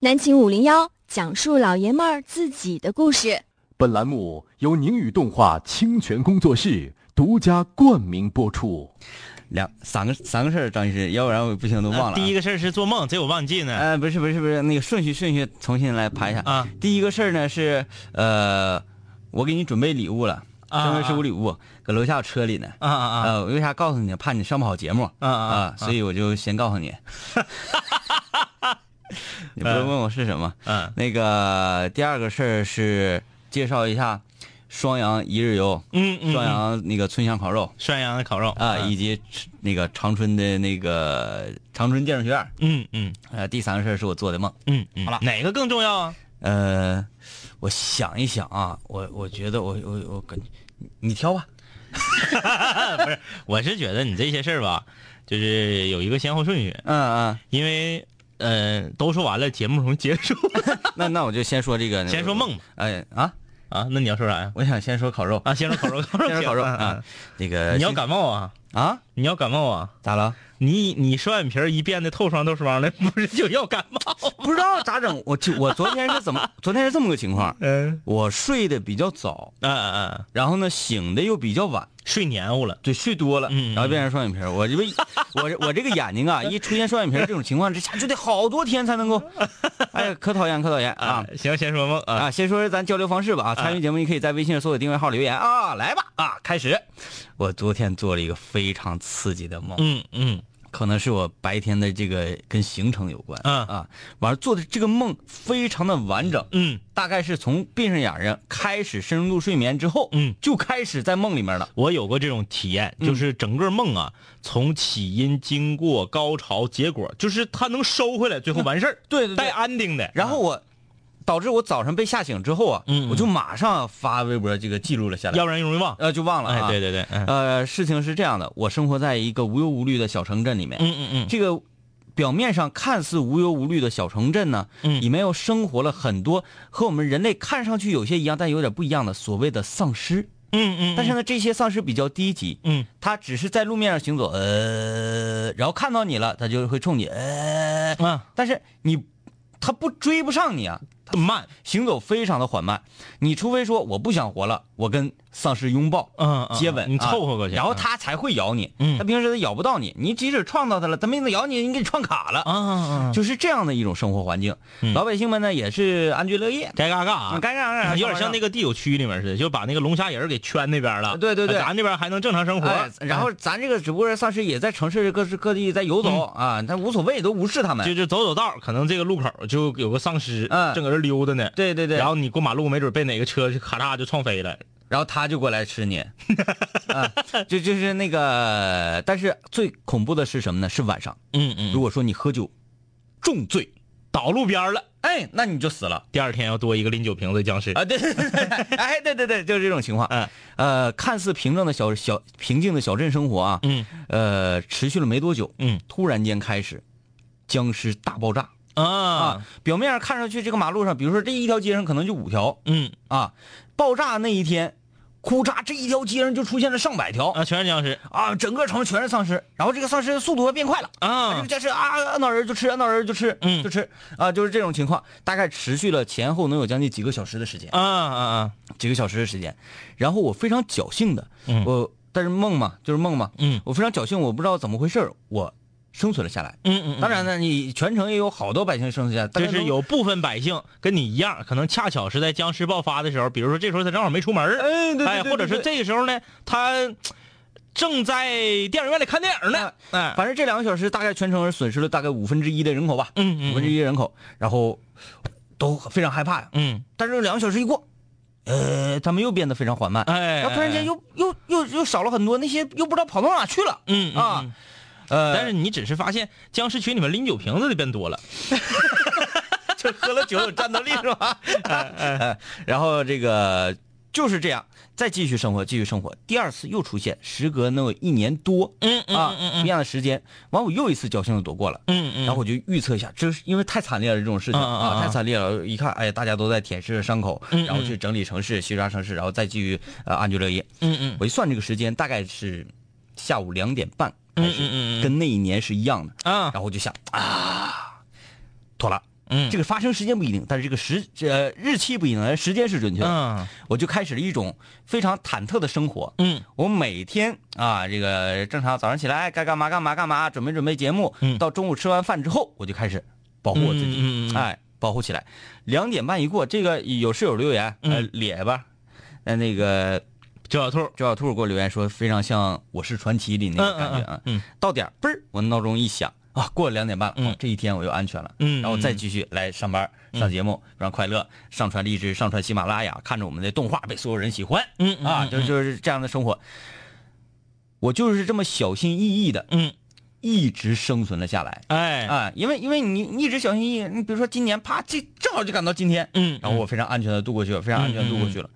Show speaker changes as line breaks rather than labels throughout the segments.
南秦五零幺讲述老爷们儿自己的故事。
本栏目由宁宇动画清泉工作室独家冠名播出。
两三个三个事儿，张医师，要不然我不行都忘了啊、
呃第一个事儿是做梦，这我忘记呢。
呃，不是不是不是，那个顺序顺序重新来排一下
啊。
第一个事儿呢是，呃，我给你准备礼物了，
啊
生日是我礼物，搁楼下车里呢。
啊啊啊！
呃，我为啥告诉你？怕你上不好节目
啊啊啊
所以我就先告诉 你。你不是问我是什么？
嗯
那个第二个事儿是介绍一下双阳一日游，
嗯嗯，
双阳那个村香烤肉
涮羊的烤肉
啊，
嗯
以及那个长春的那个长春电影学院。
嗯嗯
呃，第三个事儿是我做的梦。
嗯嗯，
好了
哪个更重要啊？
呃，我想一想啊，我我觉得我我我感觉你你挑吧。
我是觉得你这些事儿吧，就是有一个先后顺序，
嗯
因为呃，都说完了，节目从结束
嗯，那那我就 先说这个，
先说梦吧。
哎啊，
啊。那你要说啥呀？
我想先说烤肉，
啊，先说烤 肉，烤肉
先
行，
说烤肉
嗯
啊。那个
嗯你要
先
感冒啊？
啊？
你要感冒啊？
咋了？
你你双眼皮儿一变得透双透双的，不是就要感冒？
不知道咋整。我就我昨天是怎么？昨天是这么个情况，
嗯
我睡得比较早，
嗯嗯，
然后呢醒的又比较晚，
睡黏糊了。
对，睡多了，
嗯嗯
然后变成双眼皮儿。我因 为我这我这个眼睛啊，一出现双眼皮儿这种情况之下，就得好多天才能 够，哎呀，可讨厌可讨厌啊！
啊，行，先说梦啊
啊，先说说咱交流方式吧啊，
哎
参与节目你可以在微信上搜索订阅号留言啊，来吧啊，开始。我昨天做了一个非常刺激的梦，
嗯嗯
可能是我白天的这个跟行程有关，
嗯
啊，晚上做的这个梦非常的完整，
嗯，
大概是从闭上眼睛开始深入睡眠之后，
嗯，
就开始在梦里面了，
我有过这种体验，
嗯
就是整个梦啊，从起因、经过、高潮、结果，就是它能收回来，最后完事儿，
嗯对对
带
对，
安定的。
然后我。导致我早上被吓醒之后啊，
嗯嗯
我就马上发微博这个记录了下来，
要不然容易忘。
呃就忘了啊。
哎，对对对，嗯
呃，事情是这样的，我生活在一个无忧无虑的小城镇里面。
嗯嗯
这个表面上看似无忧无虑的小城镇呢，
嗯
里面又生活了很多和我们人类看上去有些一样，但有点不一样的所谓的丧尸。
嗯嗯，
但是呢，这些丧尸比较低级，
嗯
它只是在路面上行走，呃，然后看到你了，它就会冲你，呃，
啊，
但是你，它不追不上你啊，
慢，
行走非常的缓慢。你除非说我不想活了，我跟丧尸拥抱，
嗯，嗯
接吻，
你凑合过去，
啊然后它才会咬你。
嗯
它平时它咬不到你，你即使撞到它了，它没能咬你，你给你撞卡了。
啊啊啊，
就是这样的一种生活环境，
嗯
老百姓们呢也是安居乐业，
该干干啊
啊，。该干啥干啥，
有点像那
个。
个地有区里面似的，就把那个龙虾仁给圈那边了。啊
对对对
咱这边还能正常生活
哎。然后咱这个只不过是丧尸也在城市各地各地在游走啊，但无所谓，都无视他
嗯就
们。
就走走道，可能这个路口就有个丧尸，
嗯
正搁这溜达呢。
对对对，
然后你过马路，没准被哪个车就咔嚓就撞飞了。
然后他就过来吃 你，啊，就就是那个，但是最恐怖的是什么呢？是晚上，
嗯嗯
如果说你喝酒重醉，
倒路边了，
哎，那你就死了。
第二天要多一个拎酒瓶子的僵尸。
啊，对对对，对哎，对对对，就是这种情况。
嗯，
呃，看似平正的小小平静的小镇生活啊，
嗯
呃，持续了没多久，
嗯
突然间开始僵尸大爆炸
啊
啊！表面上看上去这个马路上，比如说这一条街上可能就五条
嗯
啊，爆炸那一天，哭嚓，这一条街上就出现了上百条
啊，全是僵尸
啊，整个城全是丧尸，然后这个丧尸的速度还变快了。啊，这
啊
个！僵尸啊，按到人就吃，按到人就吃，
嗯
就吃啊，就是这种情况，大概持续了前后能有将近几个小时的时间。
啊啊啊！
几个小时的时间，然后我非常侥幸的，
嗯
我但是梦嘛，就是梦嘛，
嗯
我非常侥幸，我不知道怎么回事儿我生存了下来。
嗯嗯，
当然呢，你全程也有好多百姓生存下来，但
就是有部分百姓跟你一样，可能恰巧是在僵尸爆发的时候，比如说这时候他正好没出门儿，
哎，对对
哎，
对
或者是
对
这个时候呢，他正在电影院里看电影呢，哎，
反正这两个小时大概全程是损失了大概五分之一的人口吧，
嗯嗯
五分之一人口，然后都非常害怕呀。
嗯，
但是两个小时一过，呃，他们又变得非常缓慢，
哎，
然后突然间又又又又少了很多，那些又不知道跑到哪去了
嗯
啊，
嗯
呃，
但是你只是发现僵尸群里面拎酒瓶子的变多了，
就喝了酒有战斗力是 吧？哎 然后这个就是这样，再继续生活，继续生活。第二次又出现，时隔能有一年多
嗯
啊，一样的时间，完我又一次侥幸的躲过了。
嗯嗯，
然后我就预测一下，这是因为太惨烈了这种事情
嗯嗯嗯
啊，
嗯
太惨烈了。一看，哎，大家都在舔舐着伤口，然后去整理城市、洗刷城市，然后再继续呃安居乐业。
嗯嗯
我一算这个时间，大概是下午两点半开
嗯嗯嗯
始，
嗯
跟那一年是一样的。
啊
然后我就想啊，妥了，
嗯
这个发生时间不一定，但是这个时呃日期不一定，但是时间是准确的。
嗯
我就开始了一种非常忐忑的生活。
嗯，
我每天啊，这个正常早上起来该干嘛干嘛干嘛，准备准备节目。
嗯
到中午吃完饭之后，我就开始保护我自己，
嗯嗯嗯嗯
哎，保护起来。两点半一过，这个有室友留言，
嗯
呃，咧吧，呃，那个
九小兔，
周小兔给我留言说，非常像《我是传奇》里那个感觉啊。
嗯嗯嗯嗯
到点儿嘣儿，我闹钟一响啊，过了两点半了，
嗯
哦这一天我又安全了。
嗯
然后再继续来上班、上节目，让快乐上传荔枝、上传喜马拉雅，看着我们的动画被所有人喜欢。
嗯嗯
啊，
嗯
就就是这样的生活。我就是这么小心翼翼的，
嗯，
一直生存了下来。
哎，
啊，因为因为你你一直小心翼翼，你比如说今年啪，这正好就赶到今天，
嗯
然后我非常安全的度过去了，非常安全的度过去了，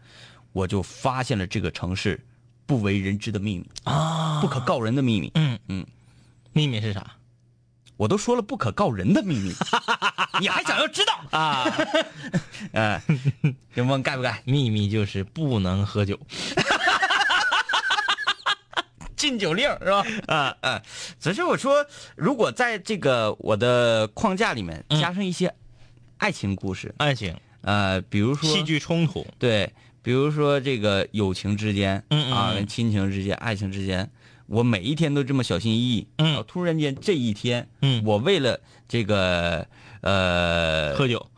我就发现了这个城市不为人知的秘密啊，不可告人的秘密。
嗯
嗯，
秘密是啥
我都说了不可告人的秘 密，你还想要知道？
啊？
哎，这问盖不盖？
秘密就是不能喝酒。
禁酒令是吧？啊啊，只是我说，如果在这个我的框架里
嗯
面加上一些爱情故事，
爱情、
呃，比如说
哎戏剧冲突，
对，比如说这个友情之间，
嗯嗯
啊，
嗯
跟亲情之间、爱情之间，我每一天都这么小心翼翼，
嗯
然后突然间这一天，
嗯
我为了这个呃
喝酒，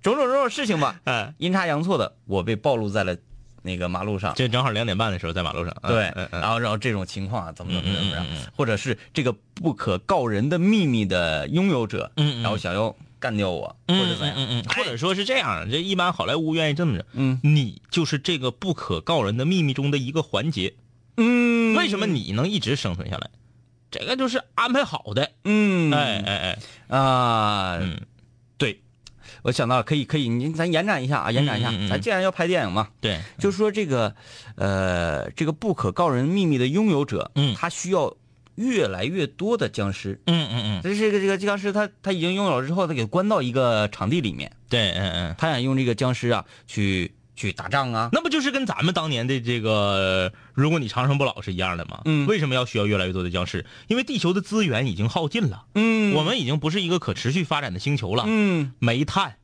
种种种种事情吧，
哎，
阴差阳错的，我被暴露在了那个马路上，
这正好两点半的时候在马路上。嗯
对，
嗯嗯
然后然后这种情况啊，怎么怎么怎么样
嗯嗯嗯，
或者是这个不可告人的秘密的拥有者，
嗯嗯
然后想要干掉我，或
嗯
者怎样，
嗯嗯嗯或者说是这样，这一般好莱坞愿意这么着，
嗯
你就是这个不可告人的秘密中的一个环节。
嗯
为什么？你能一直生存下来？这个就是安排好的。
嗯，
哎哎哎，
啊，
嗯，
对，我想到了，可以可以，您咱延展一下啊，延展一下
嗯嗯嗯，
咱既然要拍电影嘛，
对，
就说这个，呃，这个不可告人秘密的拥有者，
嗯
他需要越来越多的僵尸。
嗯嗯嗯，
这是这个这个僵尸他，他已经拥有了之后，他给关到一个场地里面，
对，嗯嗯，
他想用这个僵尸啊去去打仗啊。
那不就是跟咱们当年的这个“如果你长生不老”是一样的吗？
嗯
为什么要需要越来越多的僵尸？因为地球的资源已经耗尽了，
嗯
我们已经不是一个可持续发展的星球了。
嗯，
煤炭，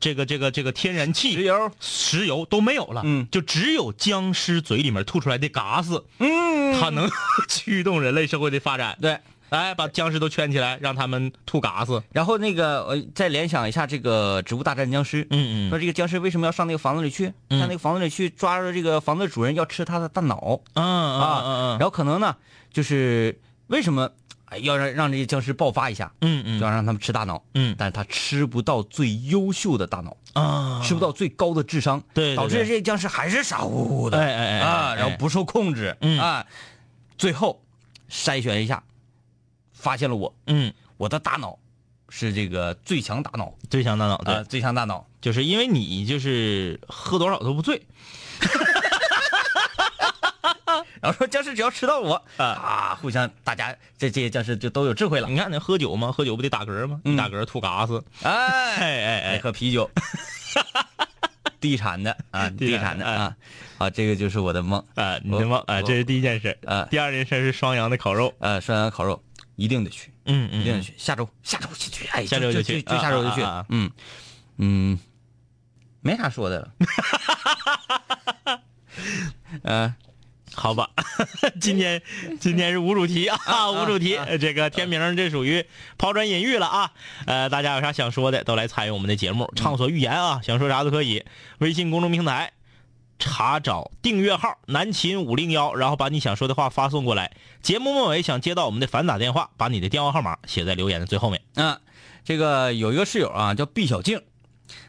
这个这个这个天然气、
石油，
石油都没有了，
嗯
就只有僵尸嘴里面吐出来的嘎子，
嗯，
它能驱动人类社会的发展。
对。
哎，把僵尸都圈起来，让他们吐嘎子。
然后那个，我再联想一下这个《植物大战僵尸》，
嗯
说这个僵尸为什么要上那个房子里去？
嗯
上那个房子里去抓着这个房子主人要吃他的大脑
嗯啊
然后可能呢，就是为什么哎要让让这些僵尸爆发一下，
嗯
就
嗯
要让他们吃大脑，
嗯
但是他吃不到最优秀的大脑，
啊
吃不到最高的智商，
对对
导致
对
这些僵尸还是傻乎乎的，
哎哎哎
啊，
哎
然后不受控制，
嗯
啊，最后筛选一下，发现了我，
嗯，
我的大脑是这个最强大脑
最强大脑对
啊，，最强大脑，
就是因为你就是喝多少都不醉，
然后说僵尸只要吃到我
啊嗯
啊，互相大家这这些僵尸就都有智慧了，
你看那喝酒嘛，喝酒不得打嗝吗？
嗯
打嗝吐嘎子，
哎，
哎哎
哎，
哎，
喝啤酒， 地产的啊，地
地
产
产
的
的哎
啊，好，这个就是我的梦，
啊，你的忘啊，这是第一件事
啊
第二件事是双阳的烤肉，
呃，涮羊烤肉一定得去，
嗯嗯
一定得去，下周下周去去，哎，
下周
就
就去
就下周就去
啊啊啊啊，
嗯嗯，没啥说的了，呃，
好吧， 今天今天是无主题啊，无主题。呃这个天明这属于抛砖引玉了啊。呃，大家有啥想说的都来参与我们的节目，畅所欲言啊，想说啥都可以。微信公众平台查找订阅号“南秦五零幺”，然后把你想说的话发送过来。节目末尾想接到我们的反打电话，把你的电话号码写在留言的最后面。
啊，这个有一个室友啊，叫毕小静，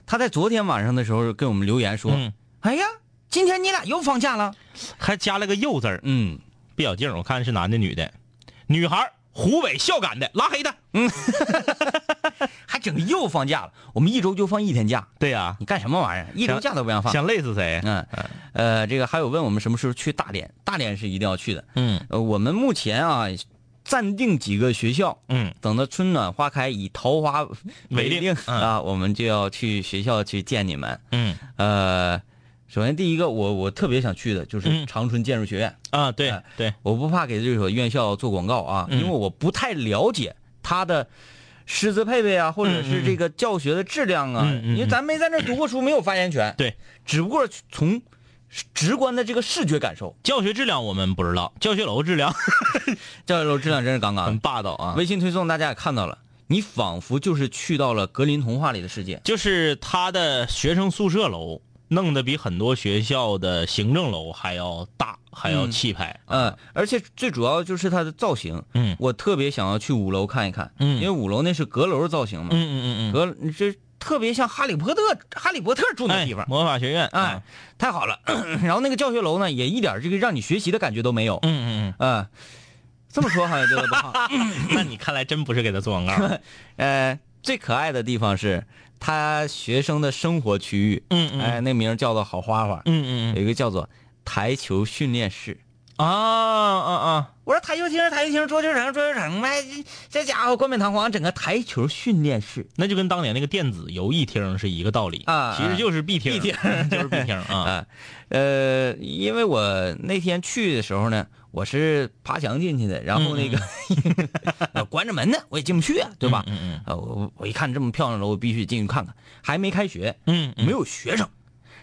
她在昨天晚上的时候跟我们留言说，
嗯，
哎呀，今天你俩又放假了，
还加了个“又”字儿，
嗯，
毕小静，我看是男的女的，女孩儿，湖北孝感的，拉黑的。
还整个又放假了，我们一周就放一天假，
对呀、
你干什么玩意儿？一周假都不让放。
想累死谁？
嗯，呃，这个还有问我们什么时候去大连，大连是一定要去的。
嗯
呃，我们目前啊，暂定几个学校，
嗯。
等到春暖花开，以桃花为
令
令
嗯
啊，我们就要去学校去见你们。
嗯
呃，首先第一个，我我特别想去的就是
嗯
长春建筑学院，
啊，对
哎
对，嗯
我不怕给这所院校做广告啊，因为我不太了解他的师资配备啊，或者是这个教学的质量啊，
嗯嗯嗯
因为咱没在那儿读过书，没有发言权，
对，
只不过从直观的这个视觉感受，
教学质量我们不知道，教学楼质量
教育楼质量真是杠杠
很
的。
霸道啊。
微信推送大家也看到了，你仿佛就是去到了格林童话里的世界。
啊就是他的学生宿舍楼弄得比很多学校的行政楼还要大，还要气派。
嗯，而且最主要就是它的造型，
嗯
我特别想要去五楼看一看，
嗯
因为五楼那是阁楼造型嘛，
嗯嗯嗯嗯，
阁这特别像哈利波特，哈利波特住那
哎
地方，，
魔法学院，
哎，
啊，
太好了。 然后那个教学楼呢，也一点这个让你学习的感觉都没有，
嗯嗯
嗯，这么说好像对了 吧？
嗯，那你看来真不是给他做广告。嗯
呃，最可爱的地方是他学生的生活区域，
嗯嗯
哎，那名儿叫做好花花，
嗯嗯
有一个叫做台球训练室。
啊啊啊！
我说台球厅，台球厅，桌球城，桌球城呗，这这家伙冠冕堂皇，整个台球训练室。
那就跟当年那个电子游艺厅是一个道理
啊
其实就是哎 B 厅，
B 厅
就是 B 厅 啊。
啊，呃，因为我那天去的时候呢，我是爬墙进去的，然后那个、 呃关着门呢，我也进不去啊，对吧？
嗯嗯
呃，我我一看这么漂亮的楼，我必须进去看看。还没开学，
嗯嗯
没有学生，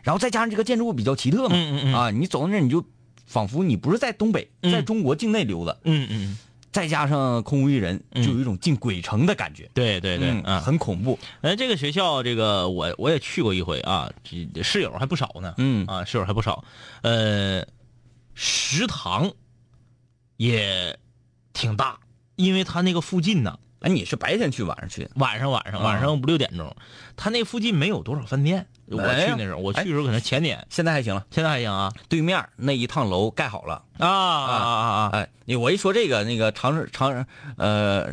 然后再加上这个建筑物比较奇特嘛，
嗯嗯嗯
啊，你走到那儿你就仿佛你不是在东北，
嗯
在中国境内溜达，
嗯嗯，
再加上空无一人，就
嗯
有一种进鬼城的感觉。
对对对，
嗯
啊。
很恐怖。
哎，这个学校，这个我我也去过一回啊，这室友还不少呢，
嗯
啊，室友还不少，呃，食堂也挺大，因为他那个附近呢，
哎，你是白天去，晚上去？
晚上晚上
啊
晚上五六点钟，他那附近没有多少饭店，我
哎呀
去那时候，我去的时候可能前年，
现在还行了，
现在还行啊
对面那一趟楼盖好了。
啊啊啊啊！
哎，你我一说这个，那个长春长呃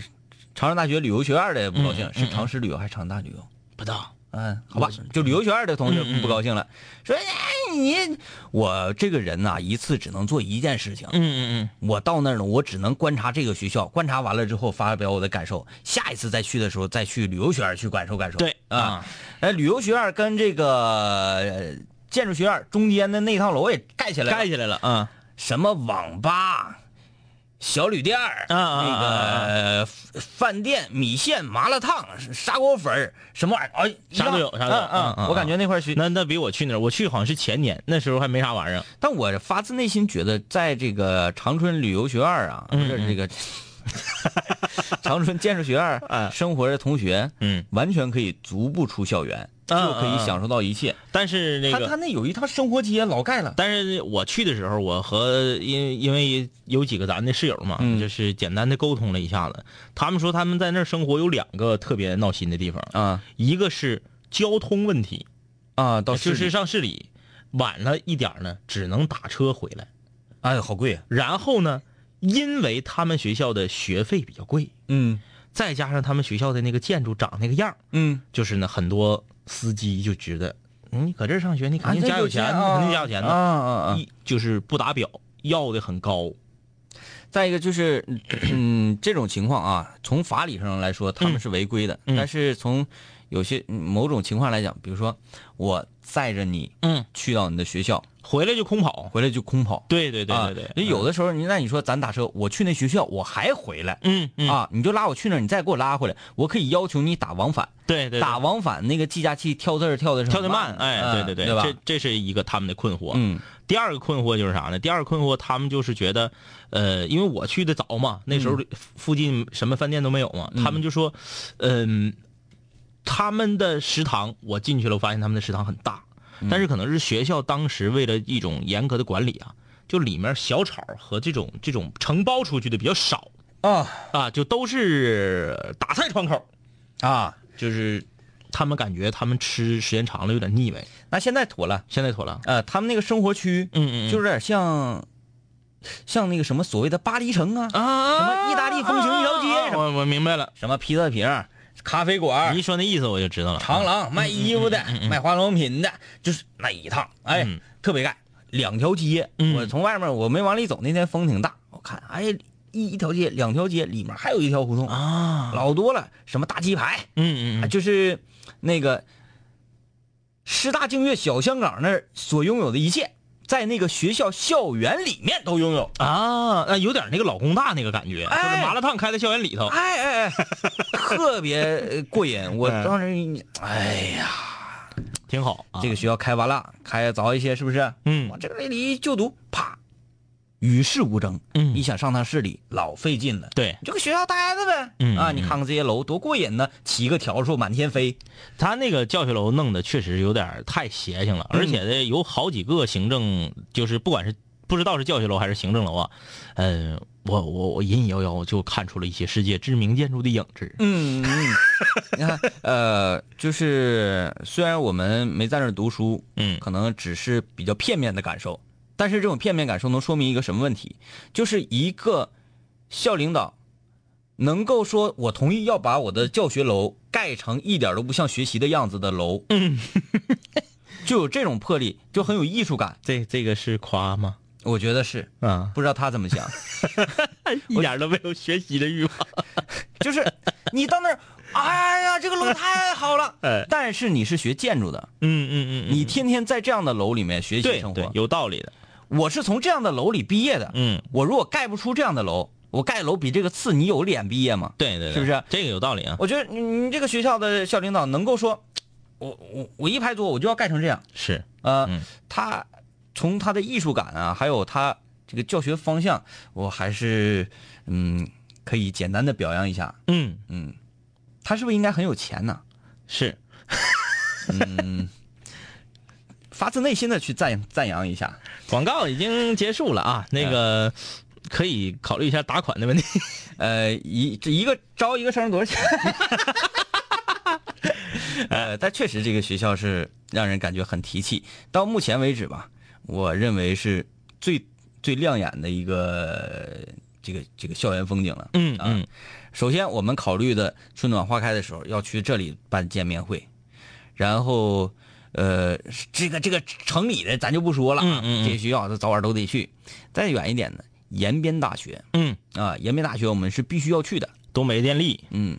长沙大学旅游学院的不高兴，
嗯嗯
是长师旅游还是长大旅游？
不到，
嗯，好吧，就旅游学院的同学
嗯嗯嗯
不高兴了，说哎你我这个人呐、一次只能做一件事情。
嗯嗯
我到那儿呢，我只能观察这个学校，观察完了之后发表我的感受。下一次再去的时候，再去旅游学院去感受感受。
对
啊，哎，旅游学院跟这个呃建筑学院中间的那趟楼也盖起来了，
嗯，盖起来了啊
什么网吧、小旅店儿
啊啊
那
啊啊啊
个饭店、米线、麻辣烫、砂锅粉儿什么玩意儿，哎，
啥都有
一样
啥都有
嗯嗯
嗯嗯
我感觉那块儿去，
那那比我去那儿，我去好像是前年，那时候还没啥玩意儿。
但我发自内心觉得，在这个长春旅游学院啊，不
嗯
是这 个长春建筑学院
嗯
生活的同学，
嗯，
完全可以足不出校园，就
嗯
可以享受到一切。
但是那
他
个
他那有一套生活街老盖了，
但是我去的时候，我和因因为有几个咱的室友嘛，
嗯
就是简单的沟通了一下子，他们说他们在那儿生活有两个特别闹心的地方，
啊
一个是交通问题，
啊，到
就
市
是
里
上市里晚了一点儿呢，只能打车回来，
哎，好贵啊，
然后呢，因为他们学校的学费比较贵，
嗯
再加上他们学校的那个建筑长那个样儿
嗯，
就是呢，很多司机就觉得嗯你搁这儿上学，你肯定
啊
家有钱，你肯定家有钱
啊
呢，
啊啊！
一就是不打表，要的很高。
再一个就是，嗯，这种情况啊，从法理上来说他们是违规的，
嗯
但是从有些嗯某种情况来讲，比如说我载着你
嗯，
去到你的学校，
回来就空跑。
回来就空跑。
对对对对对，嗯
啊、你有的时候，你那你说咱打车，我去那学校，我还回来、
嗯嗯
啊，你就拉我去那儿，你再给我拉回来，我可以要求你打往返，
对对
打往返那个计价器跳字儿跳的是
跳得
很
慢，
的
哎，
嗯
对对
对吧
这？这是一个他们的困惑。
嗯
第二个困惑就是啥呢？第二个困惑他们就是觉得，呃，因为我去的早嘛，那时候附近什么饭店都没有嘛，他们就说，嗯、他们的食堂我进去了，我发现他们的食堂很大，但是可能是学校当时为了一种严格的管理啊，就里面小炒和这种这种承包出去的比较少
啊
啊，就都是打菜窗口。
啊，
就是他们感觉他们吃时间长了有点腻歪，
那现在妥了，
现在妥了。
呃，他们那个生活区，
嗯
就有点像，像那个什么所谓的巴黎城啊，
啊
什么意大利风情一条街什么
我我明白了。
什么披萨瓶、咖啡
你
馆、
一说那意思我就知道了。
长廊卖衣服的、卖化妆品的，就是那一趟，哎，
嗯
特别干。两条街，
嗯
我从外面我没往里走，那天风挺大，我看，哎，一一条街，两条街里面还有一条胡同，
啊，
老多了，什么大鸡排，
嗯嗯
啊
嗯，
就是那个师大净月小香港那儿所拥有的一切，在那个学校校园里面都拥有。
啊，那有点那个老工大那个感觉，就是
哎
麻辣烫开在校园里头。
哎哎哎，特别呃过瘾！
嗯
我当时，哎呀，
挺好啊。
这个学校开完了，开早一些是不是？
嗯
往这个里就读，啪，与世无争。
嗯
你想上趟市里老费劲了。
对
你就搁学校待着呗。
嗯
啊，
嗯
你看看这些楼多过瘾呢，七个笤帚满天飞。
他那个教学楼弄的确实有点太邪性了，而且呢，有好几个行政，就是不管是不知道是教学楼还是行政楼啊，嗯，我我我隐隐约约就看出了一些世界知名建筑的影子。
嗯，嗯 你看，呃，就是虽然我们没在那儿读书，
嗯
可能只是比较片面的感受，但是这种片面感受能说明一个什么问题？就是一个校领导能够说我同意要把我的教学楼盖成一点都不像学习的样子的楼，嗯， 就有这种魄力，就很有艺术感。
这这个是夸吗？
我觉得是，
啊，
不知道他怎么想。
一点都没有学习的欲望。
就是你到那儿，哎呀，这个楼太好了
哎。
但是你是学建筑的，
嗯嗯嗯，
你天天在这样的楼里面学习
对
生
对
活，。
有道理的。
我是从这样的楼里毕业的，
嗯，
我如果盖不出这样的楼，我盖楼比这个次，你有脸毕业吗？
对对，对
是不是
这个有道理啊？
我觉得你你这个学校的校领导能够说，我我我一拍桌我就要盖成这样。
是，
呃，
嗯
他从他的艺术感啊，还有他这个教学方向，我还是嗯可以简单的表扬一下。
嗯
嗯，他是不是应该很有钱呢？
是，
发自内心的去赞赞扬一下。
广告已经结束了啊，那个可以考虑一下打款的问题。
呃，一这一个招一个生多少钱？ 呃，但确实这个学校是让人感觉很提气。到目前为止吧，我认为是最最亮眼的一个这个这个校园风景了。
嗯
啊
嗯，
首先我们考虑的春暖花开的时候要去这里办见面会，然后呃，这个这个城里的咱就不说了啊，
嗯嗯嗯
这些学校早晚都得去。再远一点的延边大学，
嗯
啊，延边大学我们是必须要去的，
东北电力。
嗯。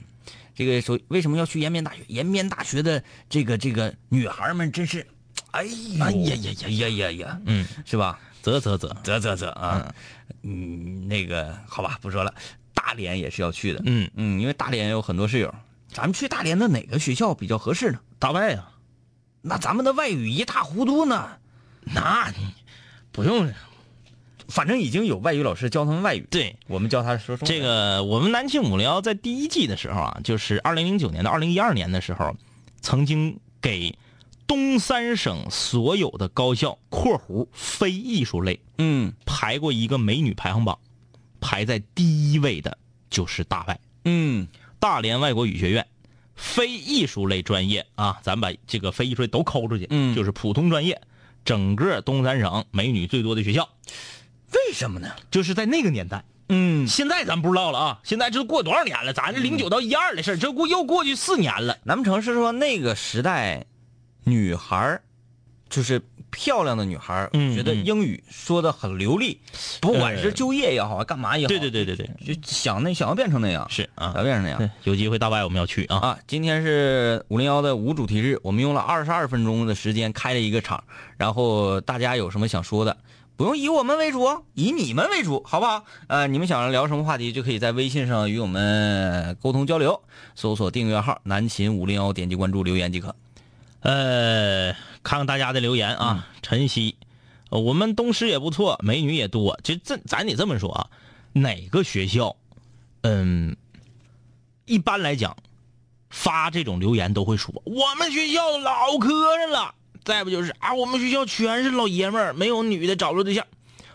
这个首为什么要去延边大学？延边大学的这个这个女孩们真是，哎呀
哎呀
呀呀呀呀呀，
嗯，
是吧？
啧啧啧。
啧啧啧啊，嗯，那个好吧，不说了。大连也是要去的，
嗯，
嗯，因为大连也有很多室友，咱们去大连的哪个学校比较合适呢？
大外啊，
那咱们的外语一塌糊涂呢，
那你不用
反正已经有外语老师教他们外语，
对。
我们教他说中文
这个我们南庆五聊在第一季的时候啊，就是二零零九年到二零一二年的时候，曾经给东三省所有的高校（括弧非艺术类
嗯）
排过一个美女排行榜，排在第一位的就是大外
嗯
大连外国语学院非艺术类专业啊，咱把这个非艺术类都抠出去，
嗯
就是普通专业，整个东三省美女最多的学校，
为什么呢？
就是在那个年代。
嗯，
现在咱不知道了啊，现在这都过多少年了？咱这零九到一二的事儿，这过又过去四年了。
南城是说那个时代，女孩儿就是漂亮的女孩儿，
嗯
觉得
嗯
英语说的很流利，不管是就业也好，啊干嘛也好，
对对对对对，
就想那想要变成那样，
是
想
啊
要，变成那样。
对有机会大白我们要去啊。
啊，今天是五零幺的无主题日，我们用了二十二分钟的时间开了一个场，然后大家有什么想说的，不用以我们为主哦，以你们为主，好不好？呃，你们想要聊什么话题，就可以在微信上与我们沟通交流，搜索订阅号“南秦五零幺”，点击关注留言即可。
呃，看看大家的留言啊，晨曦，呃我们东师也不错，美女也多。这这，咱得这么说啊，哪个学校，嗯，一般来讲，发这种留言都会说我们学校老磕碜了，再不就是啊，我们学校全是老爷们儿，没有女的找不着对象。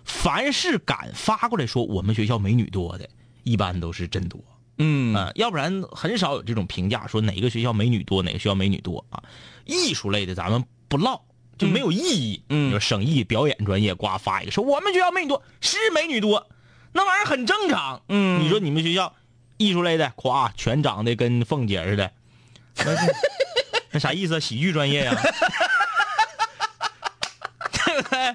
凡是敢发过来说我们学校美女多的，一般都是真多。
嗯
啊，要不然很少有这种评价说哪个学校美女多，哪个学校美女多啊。艺术类的咱们不唠，就没有意义。
嗯
你说省艺表演专业呱发一个说我们学校美女多，是美女多，那玩意儿很正常。
嗯
你说你们学校艺术类的夸全长得跟凤姐似的，那 是那啥意思啊？喜剧专业呀、对不对？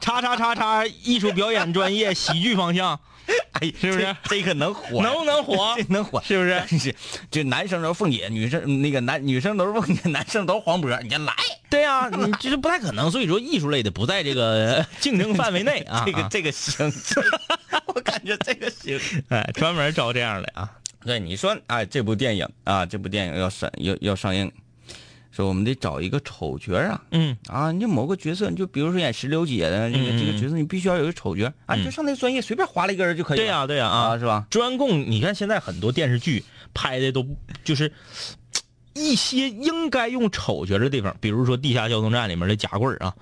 叉叉叉叉艺术表演专业喜剧方向，
哎，
是不是
这这个能火呀？
能不能火
这？能火？
是不是？
是，这男生都是凤姐，女生那个男女生都是凤姐，男生都是黄渤，你这来
对呀、你就是不太可能。所以说，艺术类的不在这个 竞争范围内 啊。
这个
啊，
这个行，这个我感觉这个行。
哎，专门招这样的啊。
对，你说，哎，这部电影啊，这部电影要上要要上映，说我们得找一个丑角啊
嗯，
啊，你就某个角色，你就比如说演石榴姐的这个
嗯嗯
这个角色，你必须要有一个丑角啊，你就上那个专业随便划了一个人就可以了。
对呀、对呀啊
啊，是吧？
专供，你看现在很多电视剧拍的都就是一些应该用丑角的地方，比如说《地下交通站》里面的夹棍儿啊，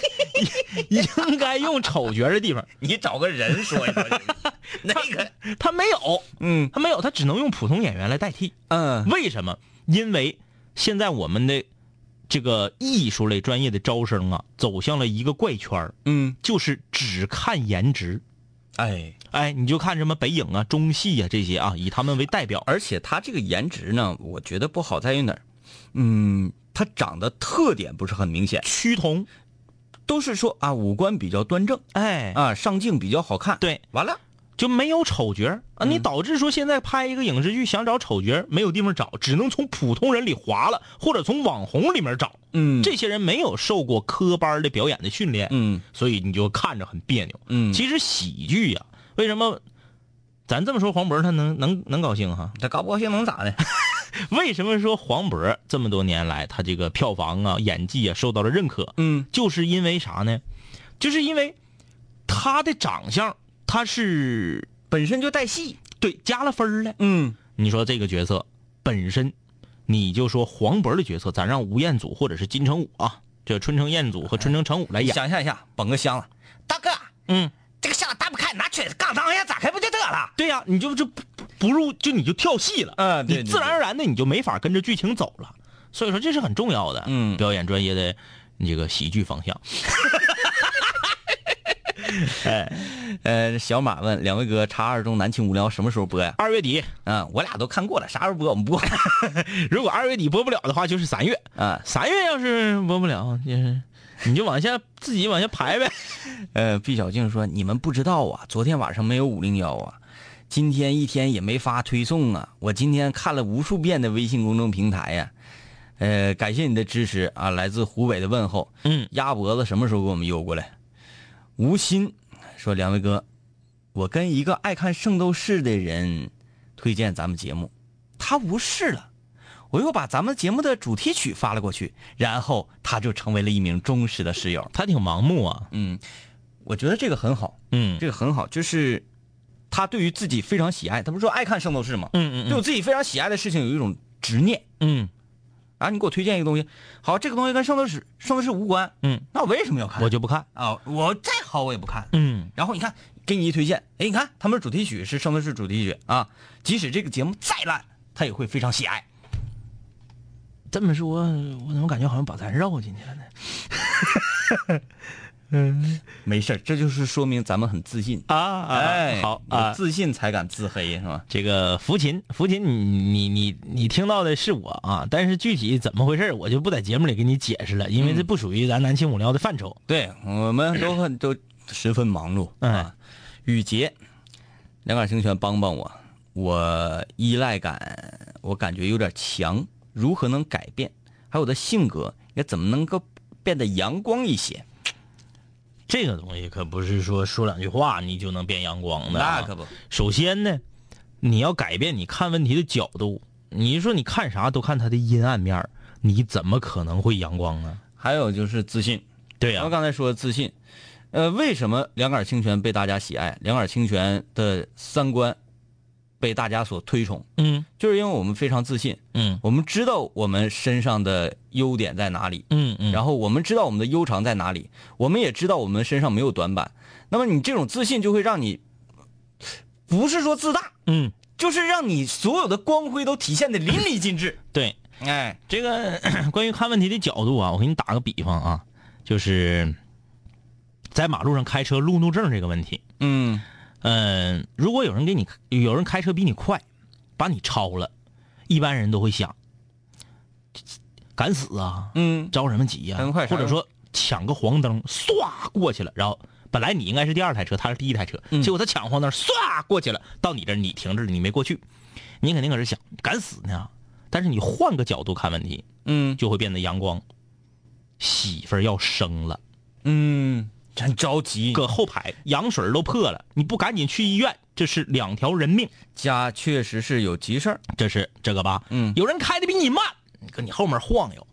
应该用丑角的地方，
你找个人说一 说，那个，
他没有，
嗯
他没有，他只能用普通演员来代替。
嗯，
为什么？因为现在我们的这个艺术类专业的招生啊，走向了一个怪圈儿
嗯，
就是只看颜值。
哎，
哎，你就看什么北影啊、中戏啊这些啊，以他们为代表。
而且他这个颜值呢，我觉得不好在于哪儿，嗯，他长得特点不是很明显，
趋同，
都是说啊五官比较端正
哎，
啊，上镜比较好看。，
对，
完了，
就没有丑角儿啊，
嗯
你导致说现在拍一个影视剧想找丑角儿没有地方找，只能从普通人里划了，或者从网红里面找。
嗯
这些人没有受过科班的表演的训练，
嗯
所以你就看着很别扭。
嗯，
其实喜剧呀、为什么咱这么说黄渤他能能能高兴哈？
他高不高兴能咋的？
为什么说黄渤这么多年来他这个票房啊、演技啊受到了认可？
嗯
就是因为啥呢？就是因为他的长相，他是
本身就带戏。
对加了分儿了。
嗯
你说这个角色本身，你就说黄渤的角色，咱让吴彦祖或者是金城武啊，这春城彦祖和春城成武来演，
想象一下，捧个箱子，大哥，
嗯，
这个箱子打不开，拿锤子杠当一下，咋开不就得了？
对呀、你就这不不不入就你就跳戏了，
嗯对
你
对
自然而然的你就没法跟着剧情走了，所以说这是很重要的，
嗯
表演专业的这个喜剧方向，
呃，小马问两位哥，《叉二中南庆无聊》什么时候播呀？
二月底
嗯，我俩都看过了，啥时候播我们 播。
如果二月底播不了的话，就是三月，
啊，
三月要是播不了，就是你就往下自己往下排呗，
呃，毕小静说：“你们不知道啊，昨天晚上没有五零幺啊，今天一天也没发推送啊。我今天看了无数遍的微信公众平台呀、呃，感谢你的支持啊，来自湖北的问候。
嗯，
鸭脖子什么时候给我们邮过来？吴昕说：两位哥，我跟一个爱看《圣斗士》的人推荐咱们节目，他无视了。”我又把咱们节目的主题曲发了过去，然后他就成为了一名忠实的室友。
他挺盲目啊，
嗯，我觉得这个很好，
嗯
这个很好，就是他对于自己非常喜爱，他不是说爱看《圣斗士》吗？
嗯嗯
对我自己非常喜爱的事情有一种执念
嗯
啊！你给我推荐一个东西，好，这个东西跟《圣斗士》《圣斗士》无关，
嗯，
那我为什么要
嗯，
看？
我就不看，
啊、我再好我也不看。
嗯
然后你看，给你一推荐，哎，你看他们的主题曲是《圣斗士》主题曲啊，即使这个节目再烂，他也会非常喜爱。
这么说，我怎么感觉好像把咱绕进去了呢？
没事儿这就是说明咱们很自信。
啊啊
哎，
好
有
啊。
自信才敢自黑是吧？
这个福琴，福琴你，你你你听到的是我啊，但是具体怎么回事儿我就不在节目里给你解释了，因为这
嗯
不属于咱南青五聊的范畴。
对，我们都很都十分忙碌啊。雨杰，两杆清泉帮帮我，我依赖感我感觉有点强，如何能改变？还有我的性格也怎么能够变得阳光一些？
这个东西可不是说说两句话你就能变阳光的、啊
那可不，
首先呢，你要改变你看问题的角度。你说你看啥都看它的阴暗面儿你怎么可能会阳光呢？
还有就是自信，
对
我刚才说自信，呃，为什么两杆清泉被大家喜爱？两杆清泉的三观被大家所推崇，
嗯
就是因为我们非常自信，
嗯
我们知道我们身上的优点在哪里，
嗯嗯，
然
后
后我们知道我们的优长在哪里，我们也知道我们身上没有短板。那么你这种自信就会让你，不是说自大，
嗯
就是让你所有的光辉都体现的淋漓尽致。
对，
哎，
这个 关于看问题的角度啊，我给你打个比方啊，就是在马路上开车路怒症这个问题。
嗯
嗯、如果有人给你有人开车比你快，把你超了，一般人都会想，敢死啊，
嗯，
着什么急呀、
很快啥
或者
用
说抢个黄灯，唰过去了，然后本来你应该是第二台车，他是第一台车，
嗯
结果他抢晃那儿唰过去了，到你这儿你停着了，你没过去，你肯定搁这想敢死呢。但是你换个角度看问题，
嗯
就会变得阳光。媳妇儿要生了，
嗯，真着急，
搁后排羊水儿都破了，你不赶紧去医院，这是两条人命。
家确实是有急事儿，
这是这个吧？
嗯
有人开的比你慢，搁你后面晃悠，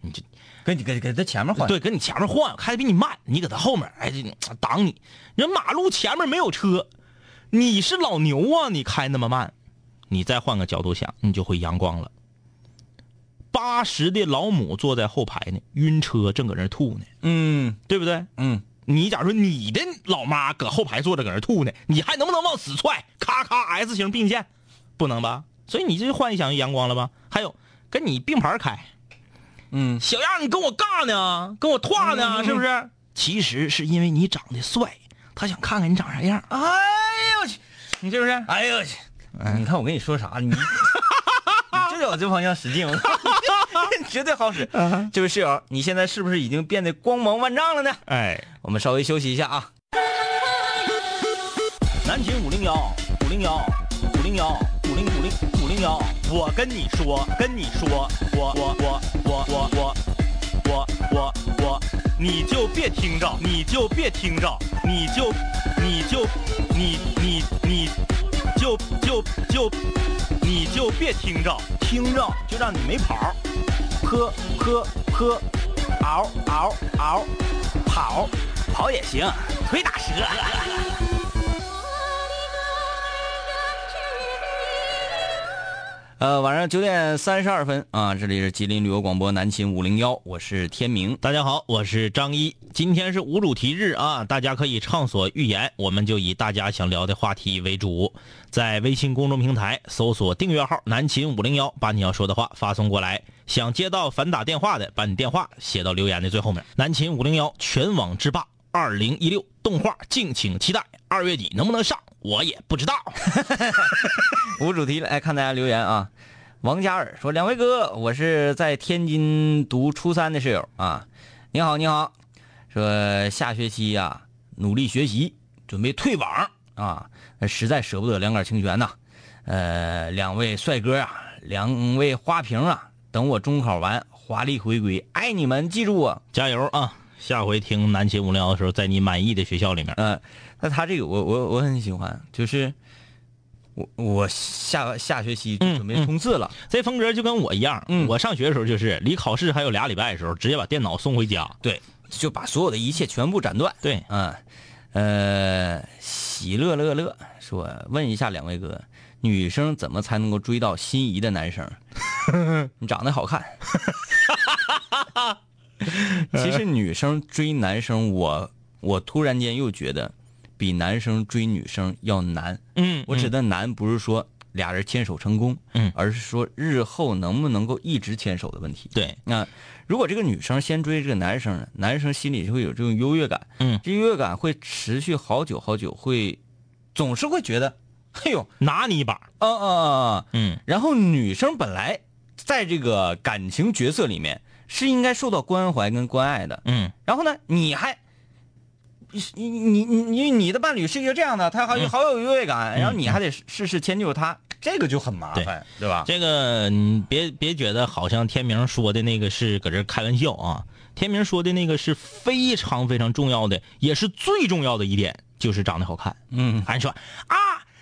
你这
跟你跟跟在前面换，
对，跟你前面晃悠，开的比你慢，你搁他后面，哎，这挡你。人马路前面没有车，你是老牛啊，你开那么慢，你再换个角度想，你就会阳光了。八十的老母坐在后排呢，晕车，正搁那儿吐呢，
嗯
对不对？
嗯，
你假如说你的老妈搁后排坐着搁那儿吐呢，你还能不能往死踹？咔咔 S 型并线，不能吧？所以你这幻想阳光了吧？还有跟你并排开，
嗯
小样儿你跟我尬呢，跟我twaa 呢，啊是不是？
哎
其实是因为你长得帅，他想看看你长啥样，
哎呦我去，
你是不是？
哎呦我去，你看我跟你说 啥，你你就有这方向使劲，我绝对好使。
嗯
这位室友，你现在是不是已经变得光芒万丈了呢？
哎，
我们稍微休息一下啊。
南秦五零幺五零幺五零幺五零五零五零幺，我跟你说，跟你说，我我我我我我我我我，你就别听着，你就别听着，你就你就你你你就就就你就别听着，听着就让你没跑儿，喝喝喝，嗷嗷嗷，跑跑也行，腿打折。
呃，晚上九点三十二分啊，这里是吉林旅游广播南秦五零幺，我是天明。
大家好，我是张一。今天是无主题日啊，大家可以畅所欲言，我们就以大家想聊的话题为主。在微信公众平台搜索订阅号“南秦五零幺”，把你要说的话发送过来。想接到反打电话的，把你电话写到留言的最后面。南秦五零幺全网之霸，二零一六动画敬请期待。二月底能不能上，我也不知道。
无主题来看大家留言啊。王嘉尔说：“两位哥，我是在天津读初三的室友啊，你好，你好。说下学期呀、努力学习，准备退网啊，实在舍不得两杆清泉呐、呃，两位帅哥啊，两位花瓶啊，等我中考完华丽回归，爱你们，记住我。
加油啊！下回听南秦五零幺的时候，在你满意的学校里面。
嗯，那他这个我我我很喜欢，就是我我下下学期就准备冲刺了。
这风格就跟我一样，
嗯
我上学的时候就是离考试还有俩礼拜的时候，直接把电脑送回家。
对，就把所有的一切全部斩断。
对，
嗯，呃，喜乐乐乐说，问一下两位哥，女生怎么才能够追到心仪的男生？ 你长得好看。 其实女生追男生，我我突然间又觉得比男生追女生要难。
嗯
我指的难不是说俩人牵手成功，
嗯
而是说日后能不能够一直牵手的问题。
对，
那、如果这个女生先追这个男生呢，男生心里就会有这种优越感，
嗯，
这优越感会持续好久好久，会总是会觉得，哎呦，
拿你一把。
啊啊啊！
嗯
然后女生本来在这个感情角色里面是应该受到关怀跟关爱的，
嗯
然后呢，你还。你你你你你的伴侣是一个这样的，他好有好有优越感，然后你还得事事迁就他，这个就很麻烦，对吧？
这个你别别觉得好像天明说的那个是搁这儿开玩笑啊，天明说的那个是非常非常重要的，也是最重要的一点，就是长得好看。
嗯，
俺说啊，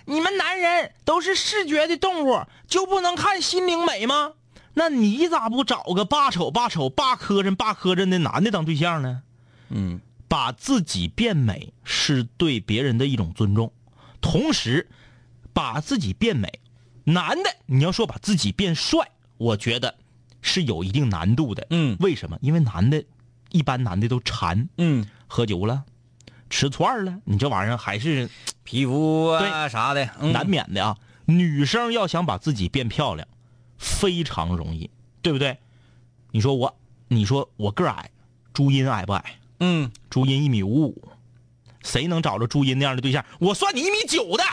你们男人都是视觉的动物，就不能看心灵美吗？那你咋不找个八丑八丑八磕碜八磕碜的男的当对象呢？
嗯，
把自己变美是对别人的一种尊重，同时把自己变美，男的你要说把自己变帅，我觉得是有一定难度的。
嗯
为什么？因为男的，一般男的都馋，
嗯，
喝酒了，吃串儿了，你这玩意儿还是
皮肤啊
对
啥的，嗯
难免的啊。女生要想把自己变漂亮，非常容易，对不对？你说我，你说我个儿矮，朱茵矮不矮？
嗯，
朱茵一米五五，谁能找着朱茵那样的对象？我算你一米九的，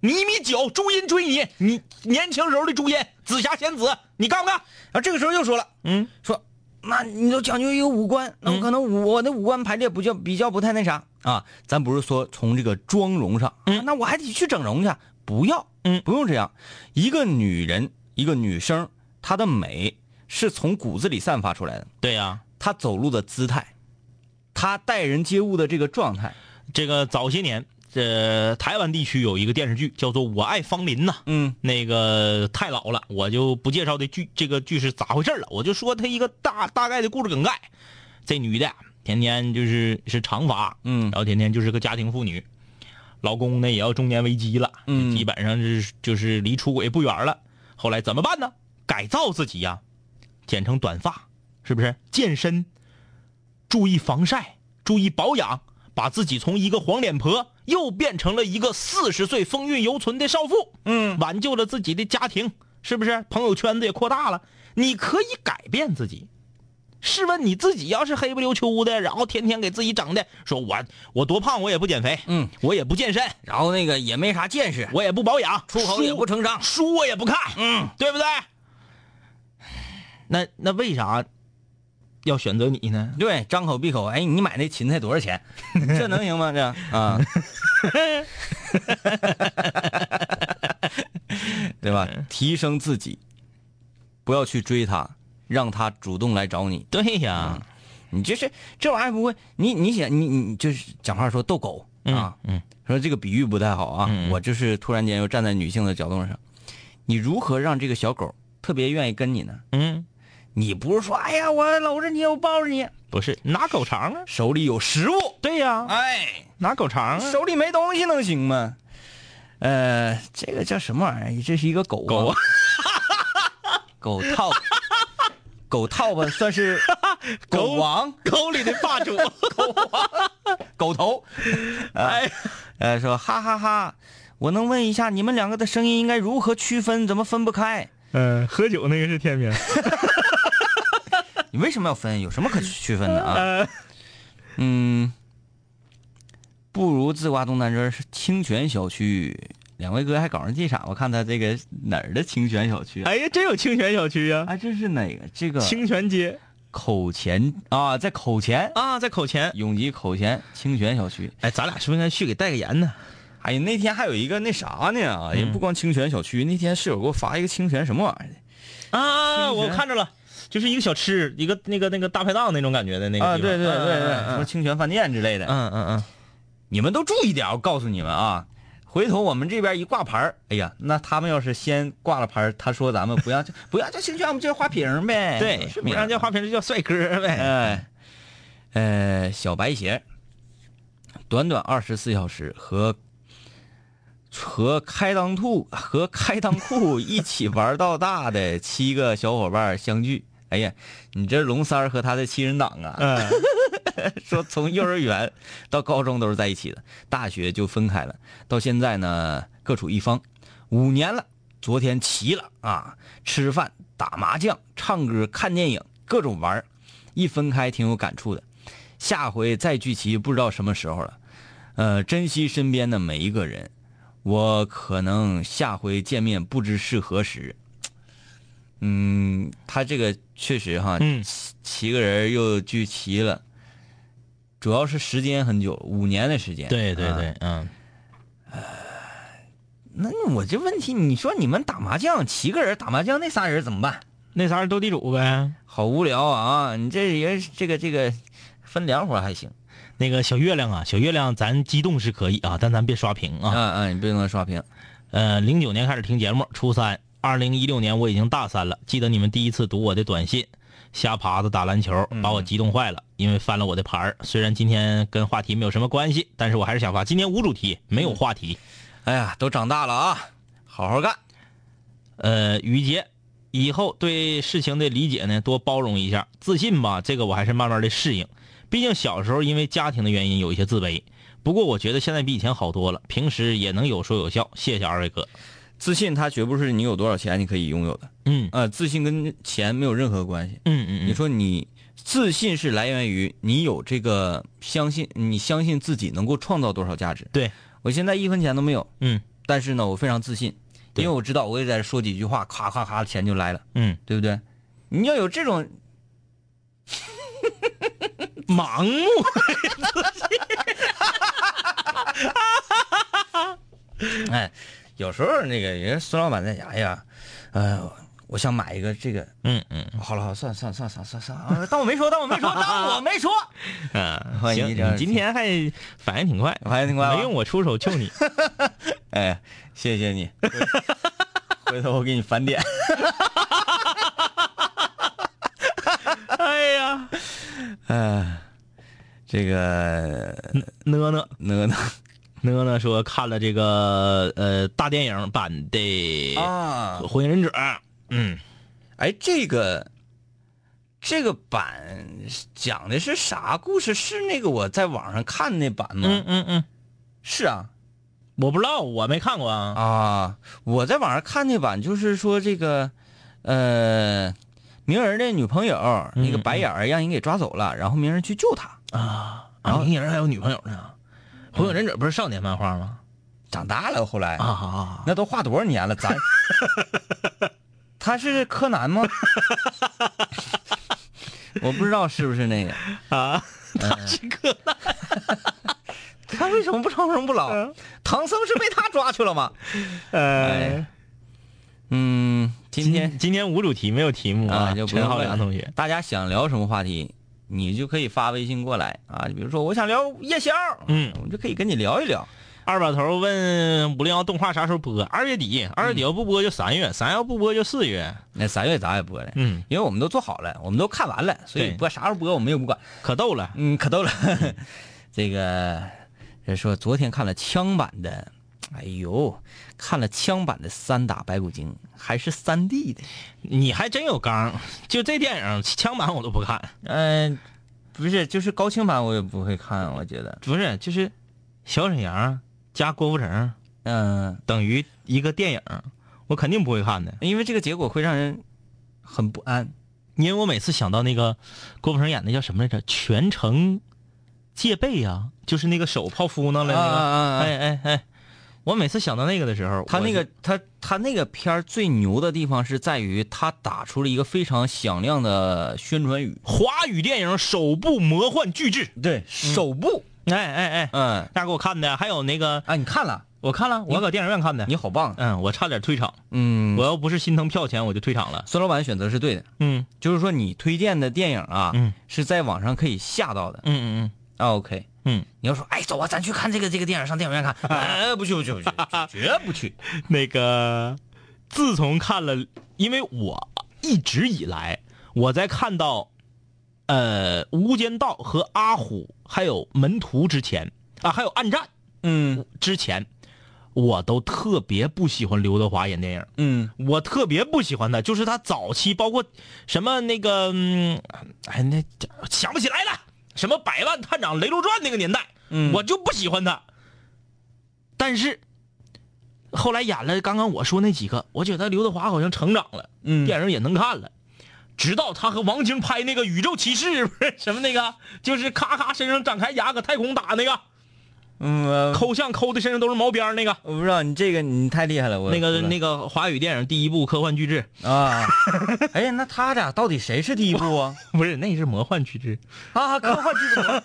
你一米九，朱茵追你，你年轻时候的朱茵，紫霞仙子，你干不干？
然后这个时候又说了，
嗯，
说那你都讲究一个五官，那我可能我的五官排列不叫比较不太那啥啊，咱不是说从这个妆容上，
嗯
啊那我还得去整容去，不要，
嗯
不用这样。一个女人，一个女生，她的美是从骨子里散发出来的，
对呀、
她走路的姿态，她待人接物的这个状态，
这个早些年，呃，台湾地区有一个电视剧叫做《我爱芳邻》呐、
嗯
那个太老了，我就不介绍这剧这个剧是咋回事了，我就说它一个大大概的故事梗概。这女的天天就是是长发，
嗯
然后天天就是个家庭妇女，老公呢也要中年危机了，
嗯
基本上是就是离出轨不远了。后来怎么办呢？改造自己呀、剪成短发，是不是？健身，注意防晒，注意保养，把自己从一个黄脸婆又变成了一个四十岁风韵犹存的少妇。
嗯，
挽救了自己的家庭，是不是？朋友圈子也扩大了，你可以改变自己。试问你自己要是黑不溜秋的，然后天天给自己整的，说我我多胖我也不减肥，
嗯，
我也不健身，
然后那个也没啥见识，
我也不保养，
出口也
书
不成章，
书我也不看，嗯，对不对？那那为啥要选择你呢？
对，张口闭口，哎，你买那芹菜多少钱？这能行吗？这啊， 对吧？
嗯
提升自己，不要去追他，让他主动来找你。
对呀，
你就是这玩意儿不会，你你想你你就是讲话说逗狗啊，
嗯
说这个比喻不太好啊，
嗯嗯
我就是突然间又站在女性的角度上，你如何让这个小狗特别愿意跟你呢？
嗯，
你不是说哎呀我搂着你我抱着你，
不是拿狗肠啊？
手里有食物，
对呀、
哎，
拿狗肠 啊？
手里没东西能行吗？呃，这个叫什么玩意儿？这是一个狗、啊、
狗啊，
狗啊套，狗套吧，算是
狗
狗王、
沟里的霸 主，
狗头。啊
哎，
呃，说哈哈哈，我能问一下你们两个的声音应该如何区分？怎么分不开？
嗯，喝酒那个是 天明。
你为什么要分？有什么可区分的
呃
啊？嗯，不如自挂东南枝儿是清泉小区。两位哥还搞上地产，我看他这个哪儿的清泉小区啊？
哎呀，真有清泉小区呀、
哎，这是哪个？这个
清泉街
口前啊，在口前，
啊，在口前。
永吉口前清泉小区。
哎，咱俩是不是应该去给带个言呢？嗯
哎呀，那天还有一个那啥呢，人不光清泉小区，那天室友给我发一个清泉什么玩意儿
啊，
清泉
我看着了，就是一个小吃，一个那个那个大排档那种感觉的那
的
个
啊？
地方
对对对对，什么
嗯
清泉饭店之类的。
嗯嗯嗯
你们都注意点，我告诉你们啊，回头我们这边一挂牌儿，哎呀，那他们要是先挂了牌儿，他说咱们不要叫不要叫清泉，我们叫花瓶儿呗。
嗯，对，
是
不让叫花瓶就叫帅哥呗。
哎，呃，小白鞋，短短二十四小时和和开裆兔和开裆裤一起玩到大的七个小伙伴相聚。哎呀，你这龙三儿和他的七人党啊，
嗯，
说从幼儿园到高中都是在一起的，大学就分开了，到现在呢各处一方，五年了。昨天齐了啊，吃饭、打麻将、唱歌、看电影，各种玩儿一分开挺有感触的。下回再聚齐不知道什么时候了，呃，珍惜身边的每一个人。我可能下回见面不知是何时。嗯，他这个确实哈，
嗯
七七个人又聚齐了，主要是时间很久，五年的时间。
对对
啊
对，嗯，
那我这问题，你说你们打麻将，七个人打麻将，那仨人怎么办？
那仨人斗地主呗。
好无聊啊！你这人这个这个分两伙还行，
那个小月亮啊，小月亮，咱激动是可以啊，但咱别刷屏啊。
嗯嗯，你不能刷屏。
呃，零九年开始听节目，初三，二零一六年我已经大三了。记得你们第一次读我的短信，瞎耙子打篮球，把我激动坏了，因为翻了我的牌儿。虽然今天跟话题没有什么关系，但是我还是想发。今天无主题，没有话题。
哎呀，都长大了啊，好好干。
呃，于杰，以后对事情的理解呢，多包容一下，自信吧，这个我还是慢慢的适应。毕竟小时候因为家庭的原因有一些自卑，不过我觉得现在比以前好多了，平时也能有说有笑。谢谢二位哥。
自信，它绝不是你有多少钱你可以拥有的。
嗯
呃，自信跟钱没有任何关系。
嗯嗯
你
嗯，
说你自信是来源于你有这个相信，你相信自己能够创造多少价值。
对
我现在一分钱都没有，
嗯
但是呢，我非常自信，因
对
为我知道我也在这说几句话，咔咔咔，钱就来了，
嗯，
对不对？你要有这 种
盲目。
哎，有时候那个人家孙老板在家，哎呀，呃，我想买一个这个，
嗯嗯
好了，好了算算算算算算啊，当我没说，当我没说，当我没说。
嗯，
欢迎
行，
这样
你今天还反应挺快，
反应挺快吧 啊
没用我出手救你。
哎，谢谢你，回头我给你返点。
哎呀，
哎，这个
呢呢
哪呢
呢呢说看了这个呃大电影版的《
啊？
火影忍者》，嗯，
哎，这个这个版讲的是啥故事？是那个我在网上看那版吗？
嗯嗯嗯，
是啊
我不知道，我没看过啊。
啊！我在网上看那版，就是说这个呃，鸣人的女朋友、
嗯
那个白眼儿让人给抓走了，然后鸣人去救他，
啊，
然后
啊，鸣人还有女朋友呢。《火影忍者》不是少年漫画吗？
长大了后来
啊啊啊！
那都画多少年了？ 咱他是柯南吗？我不知道是不是那个
啊，
他是柯南， 他为什么不长生不
嗯
老？唐僧是被他抓去了吗？
呃
哎，嗯，今天
今天无主题，没有题目
啊，就不
陈
用
浩
问
良
了
同学，
大家想聊什么话题，你就可以发微信过来啊。比如说，我想聊夜宵，
嗯，
我们就可以跟你聊一聊。
二把头问五零幺动画啥时候播？二月底，二月
嗯
底要不播就三月，三要不播就四月。
那三月咋也播了，
嗯，
因为我们都做好了，我们都看完了，所以
对
播啥时候播我们也不管。
可逗了。
嗯，可逗了。 这个人说昨天看了枪版的，哎呦，看了枪版的三打白骨精，还是三 D 的。
你还真有刚，就这电影枪版我都不看，
嗯、不是，就是高清版我也不会看，我觉得，
不是就是小沈阳加郭富城
嗯、
等于一个电影，我肯定不会看的，
因为这个结果会让人很不安。
因为我每次想到那个郭富城演的叫什么来着，《全程戒备》啊，就是那个手泡芙弄了那个，
啊
哎哎哎，我每次想到那个的时候，
他
我
那
就
个他他那个片儿最牛的地方是在于他打出了一个非常响亮的宣传语，
华语电影首部魔幻巨制，
对，首部，
哎哎哎，
嗯，
那给我看的，还有那个
啊，你看了，
我看了，我搁电影院看的
你，好棒，
嗯，我差点退场，
嗯
我，要不是心疼票钱，我就退场了，
孙老板选择是对的，
嗯。
就是说你推荐的电影啊，
嗯
是在网上可以下到的。
嗯
啊，OK，
嗯
你要说，哎，走啊，咱去看这个这个电影，上电影 院看。哎，不去不去不去，绝不去。
嗯， 那个，自从看了，因为我一直以来我在看到，呃，《无间道》和阿虎还有《门徒》之前啊，还有《暗战
嗯》
之前，我都特别不喜欢刘德华演电影。
嗯，
我特别不喜欢他，就是他早期包括什么那个，嗯、哎，那想不起来了，什么《百万探长雷洛传》那个年代，
嗯
我就不喜欢他。但是后来演了刚刚我说那几个，我觉得刘德华好像成长了，
嗯
电影也能看了。直到他和王晶拍那个《宇宙骑士》，不是什么那个， 就是咔咔身上长铠甲，搁太空打那个，
嗯，呃
抠像抠的身上都是毛边儿那个，
我不知道你这个你太厉害了，我
那个那个华语电影第一部科幻巨制，
个 啊，哎呀，那他俩到底谁是第一部啊？
不是那是魔幻巨制，
啊，科幻之王。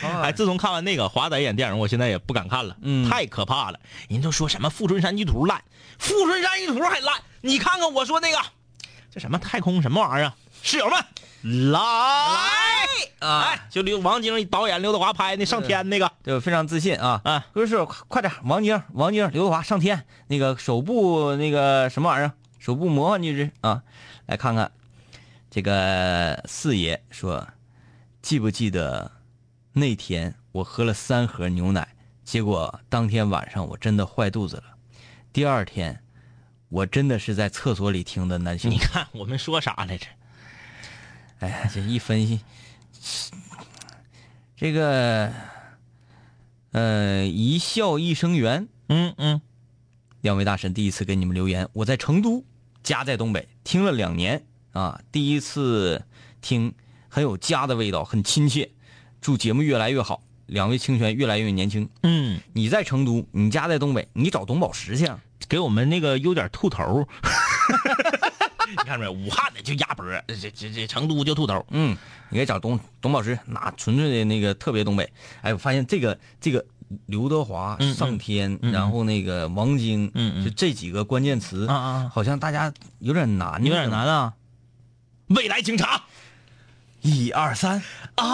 哎，
啊，
自从看完那个华仔演电影，我现在也不敢看了，
嗯
太可怕了。人都说什么《富春山居图》烂，《富春山居图》还烂，你看看我说那个，这什么太空什么玩意儿啊？室友们，来，
啊嗯
哎，就刘王晶导演刘德华拍那上天那个，
对，非常自信啊
啊！
各位室友，快快点，王晶，王晶，刘德华上天，那个首部那个什么玩意儿，首部魔幻巨制啊，来看看这个四爷说，记不记得那天我喝了三盒牛奶，结果当天晚上我真的坏肚子了，第二天我真的是在厕所里听的南星
你。看我们说啥来着？
哎呀，这一分析，这个，呃，一笑一生缘，
嗯嗯，
两位大神第一次给你们留言，我在成都，家在东北，听了两年啊，第一次听，很有家的味道，很亲切，祝节目越来越好，两位清泉越来越年轻。
嗯，
你在成都，你家在东北，你找董宝石去啊？
给我们那个有点秃头。 你看着没有？武汉的就鸭脖，这这这成都就秃头。
嗯，你该找董董宝石，那纯粹的那个特别东北。哎，我发现这个这个刘德华、
嗯嗯
上天，
嗯嗯
然后那个王晶，
嗯嗯
就这几个关键词，
啊啊，
好像大家有点难，
有点难啊。未来警察
一二三
啊！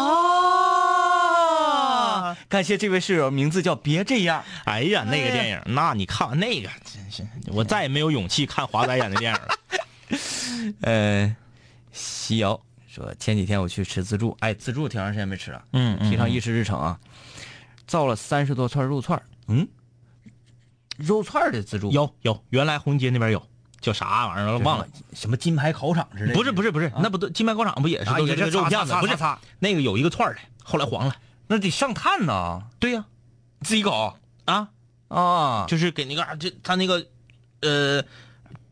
啊！感谢这位室友，名字叫别这样。
哎呀，那个电影，那你看完那个，真是我再也没有勇气看华仔演的电影了。
呃，西瑶说前几天我去吃自助，哎，自助挺长时间没吃了，
嗯
提倡一吃一成啊，造了三十多串肉串儿嗯，肉串儿的自助
有有，原来红街那边有，叫啥玩意儿了忘了。
什么金牌烤场之类的，
不是不是不是，那不都金牌广场不也是
啊
都
也
是
是
那个肉
擦
片子
擦？
不是
擦擦，
那个有一个串儿的，后来黄了。
那得上炭呐，
对呀，
自己搞
啊，
啊，
就是给那个就他那个呃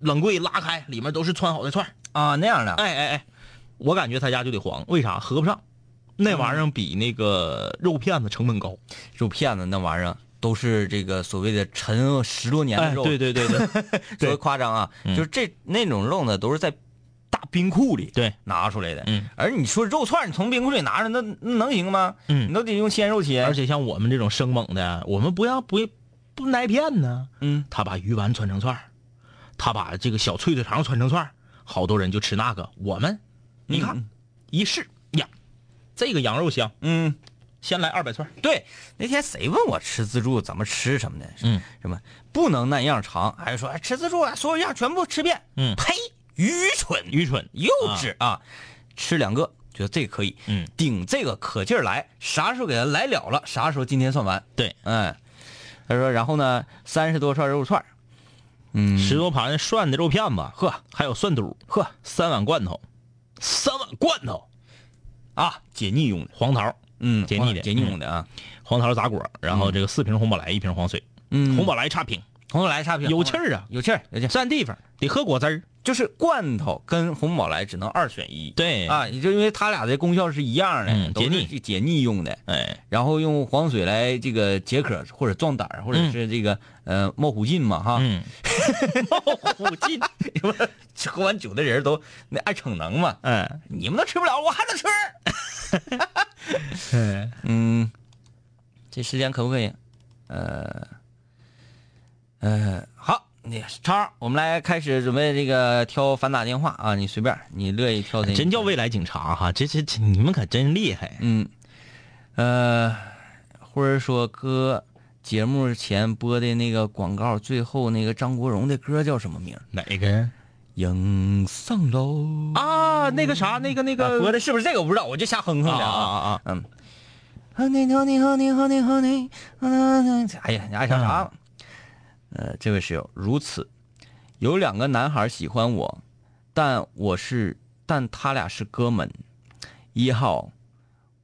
冷柜拉开，里面都是穿好的串儿。
啊那样的，
哎哎哎，我感觉他家就得黄，为啥合不上？那玩意儿比那个肉片子成本高。
肉片子那玩意儿。都是这个所谓的陈呃十多年的肉，
哎对对对 对
特别夸张啊！
嗯
就是这那种肉呢，都是在大冰库里
对，
拿出来的。
嗯，
而你说肉串儿你从冰库里拿着，那那能行吗？
嗯
你都得用鲜肉切。
而，且像我们这种生猛的，我们不让不不挨骗呢。
嗯，
他把鱼丸穿成串儿他把这个小脆脆肠穿成串儿好多人就吃那个。我们，你看、
嗯
一试呀，这个羊肉香，
嗯，
先来二百串儿
对。那天谁问我吃自助怎么吃什么的？
嗯，
什么不能那样尝？还是说哎吃自助啊，所有样全部吃遍？
嗯
呸，愚蠢，
愚蠢，
幼稚啊！吃两个，觉得这个可以，
嗯，
顶这个可劲儿来，啥时候给它来了了，啥时候今天算完。
对，
嗯，他说，然后呢，三十多串肉串儿，嗯，
十多盘涮的肉片子，呵，还有涮肚，呵，三碗罐头，三碗罐头，
啊，
解腻用的黄桃，
嗯，
解腻的
解腻用的啊，
黄桃杂果，然后这个四瓶红宝来，一瓶黄水，
嗯
红宝来差评，
红宝来差评，
有气儿啊，
有气儿，有气儿，
占地方，得喝果汁儿，
就是罐头跟红宝来只能二选一。
对
啊，也就因为它俩的功效是一样的，
嗯
都是
解腻
去解腻用的。
哎，
然后用黄水来这个解渴，或者壮胆儿，或者是这个、呃冒虎劲嘛哈。
嗯，
虎劲， 喝完酒的人都那爱逞能嘛。
哎，
你们都吃不了，我还能吃。
哎，
嗯，这时间可不可以？呃，呃，好，你超儿，我们来开始准备这个挑反打电话啊，你随便，你乐意挑谁？
真叫未来警察哈，这这这你们可真厉害，
嗯，呃，辉儿说哥，节目前播的那个广告，最后那个张国荣的歌叫什么名儿？
哪个
迎上楼
啊？那个啥，那个那
啊播的是不是这个？我不知道，我就瞎哼哼
啊
的
啊
啊。
啊！
嗯。你好，你好，你好，你好，你好，哎呀，你爱啥啥。呃，这位室友如此，有两个男孩喜欢我，但我是，但他俩是哥们。一号，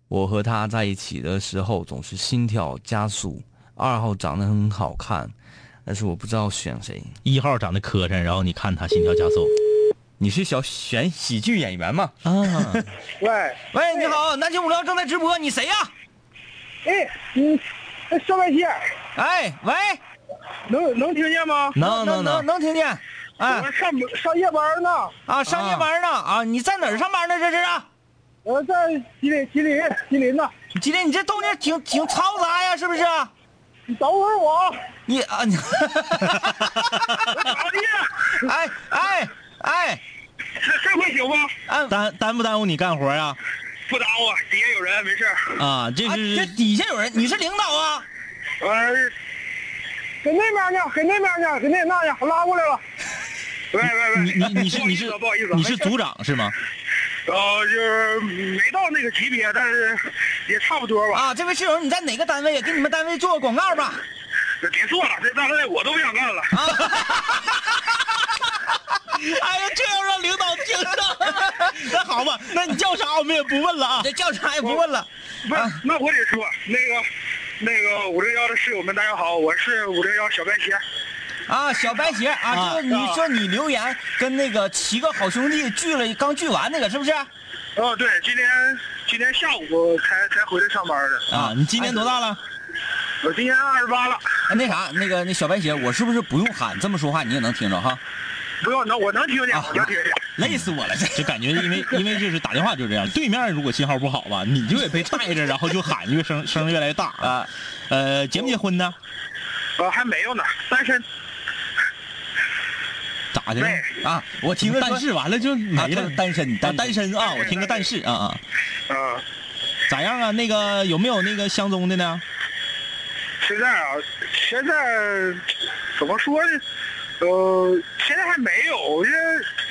我和他在一起的时候总是心跳加速；二号长得很好看，但是我不知道选谁。
一号长得磕碜，然后你看他心跳加速
你是想选喜剧演员吗？
啊，
喂，
喂，你好，南秦五聊正在直播，你谁呀、
哎，嗯，那上半天
哎，喂，
能能听见吗？
能
能
能
能
能，
能听见？
我
哎
是上上夜班呢，
啊，上夜班呢啊？你在哪儿上班呢？这是啊？
我在吉林吉林吉林呢，
今天你这动静挺挺嘈杂呀，是不是？啊
你等会儿我啊。
你啊，你
咋的呀？
哎哎哎
这这会行吗？
哎，啊，
耽耽不耽误你干活啊？
不耽误，底下有人，没事儿。
啊，这
这
是
底下有人，你是领导啊？
完事呃给那边呢，给那边呢，给那那呢，拉过来了。喂喂喂，
你你你是你是
不好意思啊，不好意思啊
你是
没事儿
组长是吗？
呃，就是没到那个级别，但是也差不多吧。
啊，这位室友，你在哪个单位啊？给你们单位做个广告吧。
别做了，这单位我都不想干了。
哎呀，这要让领导听 到，那好吧，那你叫啥我们也不问了啊。
这叫啥也不问了。
那那我得说，那个那个五六幺的室友们，大家好，我是五六幺小白鞋。
啊，小白鞋啊，
啊
就是你说你留言跟那个七个好兄弟聚了，刚聚完那个是不是？啊
哦，对，今天今天下午才才回来上班的，
啊，你今年多大了？
我今年二十八了，
啊
哎那啥，那个那小白鞋，我是不是不用喊这么说话你也能听着哈？
不用能我能听见，我能听见。
累死我了，这
就感觉因为因为就是打电话就这样，对面如果信号不好吧，你就得被带着，然后就喊越声声越来越大啊。呃，结没结婚呢？
呃，还没有呢，单身。
咋的了？
对
啊，
我听着说
但是完了就
啊
没了，
单单身
啊
单
单身啊，我听个但是啊啊，
嗯、
咋样啊？那个有没有那个相中的呢？
现在啊，现在怎么说呢？呃，现在还没有，因为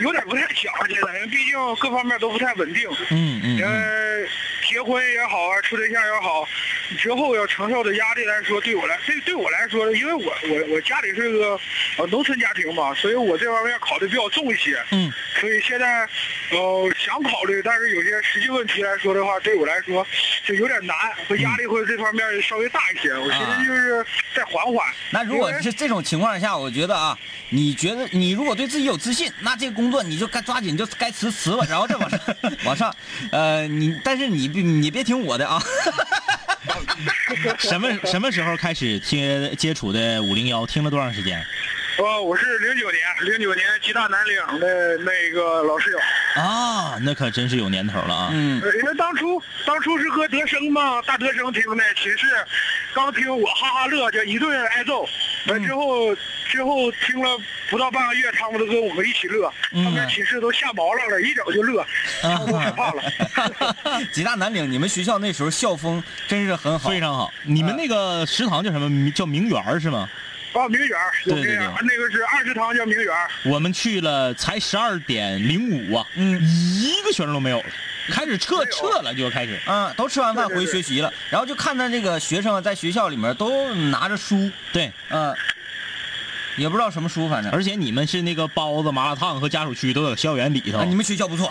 有点不太想现在，因为毕竟各方面都不太稳定。
嗯嗯
因为呃结婚也好啊，处对象也好，之后要承受的压力来说，对我来，对对我来说，因为我我我家里是个呃农村家庭嘛，所以我这方面考的比较重一些。
嗯，
所以现在呃想考虑，但是有些实际问题来说的话，对我来说就有点难，和压力会这方面稍微大一些。我寻
啊
思就是再缓缓。
那如果是这种情况下，我觉得啊，你觉得你如果对自己有自信，那这个工作你就该抓紧，你就该辞辞吧，然后再往上往上，呃，你但是你别你别听我的啊，
什么什么时候开始接接触的五零幺？听了多长时间？
呃，我是零九年，零九年吉大南岭的那个老室友。
啊，那可真是有年头了啊！
嗯，
呃因为当初当初是搁德声嘛，大德声听的寝室，刚听我哈哈乐，这一顿挨揍。
嗯
完之后之后听了不到半个月，他们都跟我们一起乐，
嗯
他们寝室都吓毛了了，一整就
啊
乐，他们都害 怕了。
吉大南岭，你们学校那时候校风真是很好
非，常好。你们那个食堂叫什么？叫名媛儿是吗？
啊，名媛儿有
对
这
对
样，啊那个是二食堂叫名媛儿。
我们去了才十二点零五啊，
嗯，
一个学生都没有了，开始撤
没有
撤了就开始。
嗯，都吃完饭
对
回
对
学
对
习了，然后就看到那个学生在学校里面都拿着书，
对，
嗯，也不知道什么书，反正。
而且你们是那个包子、麻辣烫和家属区都有校园里头
啊，。你们学校不错，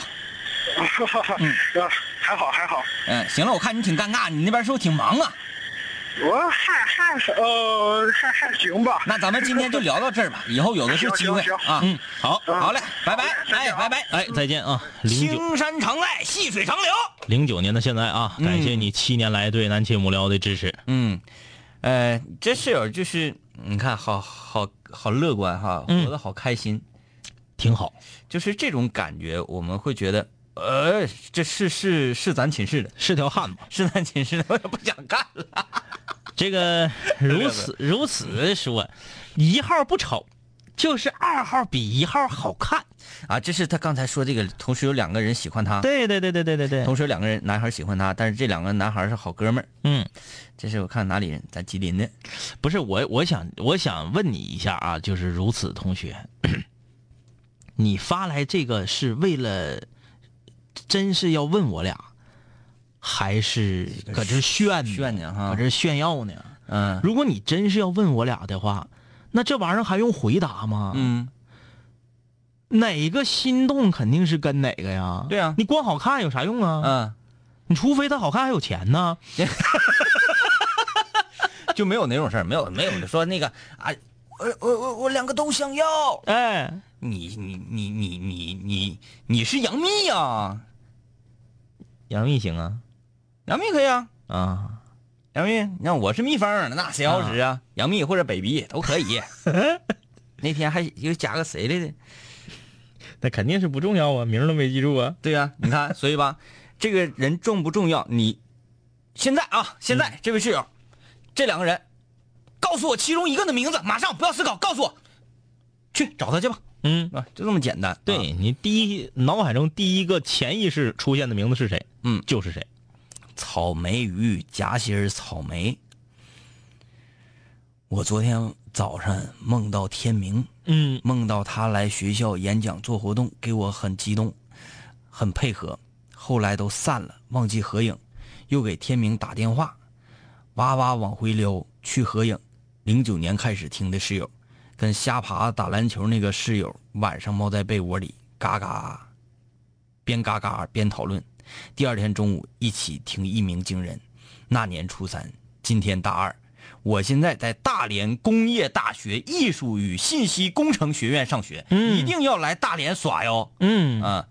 哈哈哈 啊，还好还好，
嗯，行了，我看你挺尴尬，你那边是不是挺忙啊？
我还还呃还还行吧。
那咱们今天就聊到这 儿吧，以后有的是机会
行行行
啊。
嗯，好，
嗯
好嘞，拜拜，
再
哎，
见啊
拜拜。
哎，
嗯
再见啊，零九
青山常在，细水长流。
零九年的现在啊，感谢你七年来对南秦无聊的支持。
嗯，呃，这室友就是你看，好好好乐观哈，
嗯
活得好开心，
挺好，
就是这种感觉，我们会觉得，呃，这是是是咱寝室的，
是条汉子。
是咱寝室的，我 也不想干了。
这 个如此如此说，一号不丑，就是二号比一号好看。
啊，这是他刚才说这个，同时有两个人喜欢他，
对对对对对对对，
同时有两个人男孩喜欢他，但是这两个男孩是好哥们儿。
嗯，
这是我看哪里人，咱吉林的。
不是我，我想我想问你一下啊，就是如此同学，你发来这个是为了，真是要问我俩，还是搁这炫呢啊
炫呢哈
搁这炫耀呢？
嗯
如果你真是要问我俩的话，那这玩意儿还用回答吗？
嗯，
哪个心动肯定是跟哪个呀？
对啊
你光好看有啥用啊？
嗯，
你除非他好看还有钱呢。
就没有那种事儿，没有没有说那个啊，我我我我两个都想要。
哎，
你你你你你你你是杨幂呀、
杨幂行啊
杨幂可以啊，
啊，
杨幂，你看我是蜜蜂儿，那谁好使啊？杨幂或者 baby 都可 以。那天还又加个谁来的？
那肯定是不重要啊，名儿都没记住啊。
对呀、你看，所以吧， 这个人重不重要？你现在啊，现在、这位室友，这两个人，告诉我其中一个的名字，马上不要思考，告诉我，去找他去吧，
嗯，
啊，就这么简单。
对、
啊
你第一脑海中第一个潜意识出现的名字是谁？
嗯
就是谁。
草莓鱼夹心儿草莓。我昨天早上梦到天明，
嗯
梦到他来学校演讲做活动，给我很激动，很配合。后来都散了，忘记合影，又给天明打电话，哇哇往回撩去合影。零九年开始听的室友，跟瞎爬打篮球那个室友，晚上猫在被窝里嘎嘎，边嘎嘎边讨论。第二天中午一起听《一鸣惊人》，那年初三，今天大二，我现在在大连工业大学艺术与信息工程学院上学，一定要来大连耍哟！
嗯，
啊，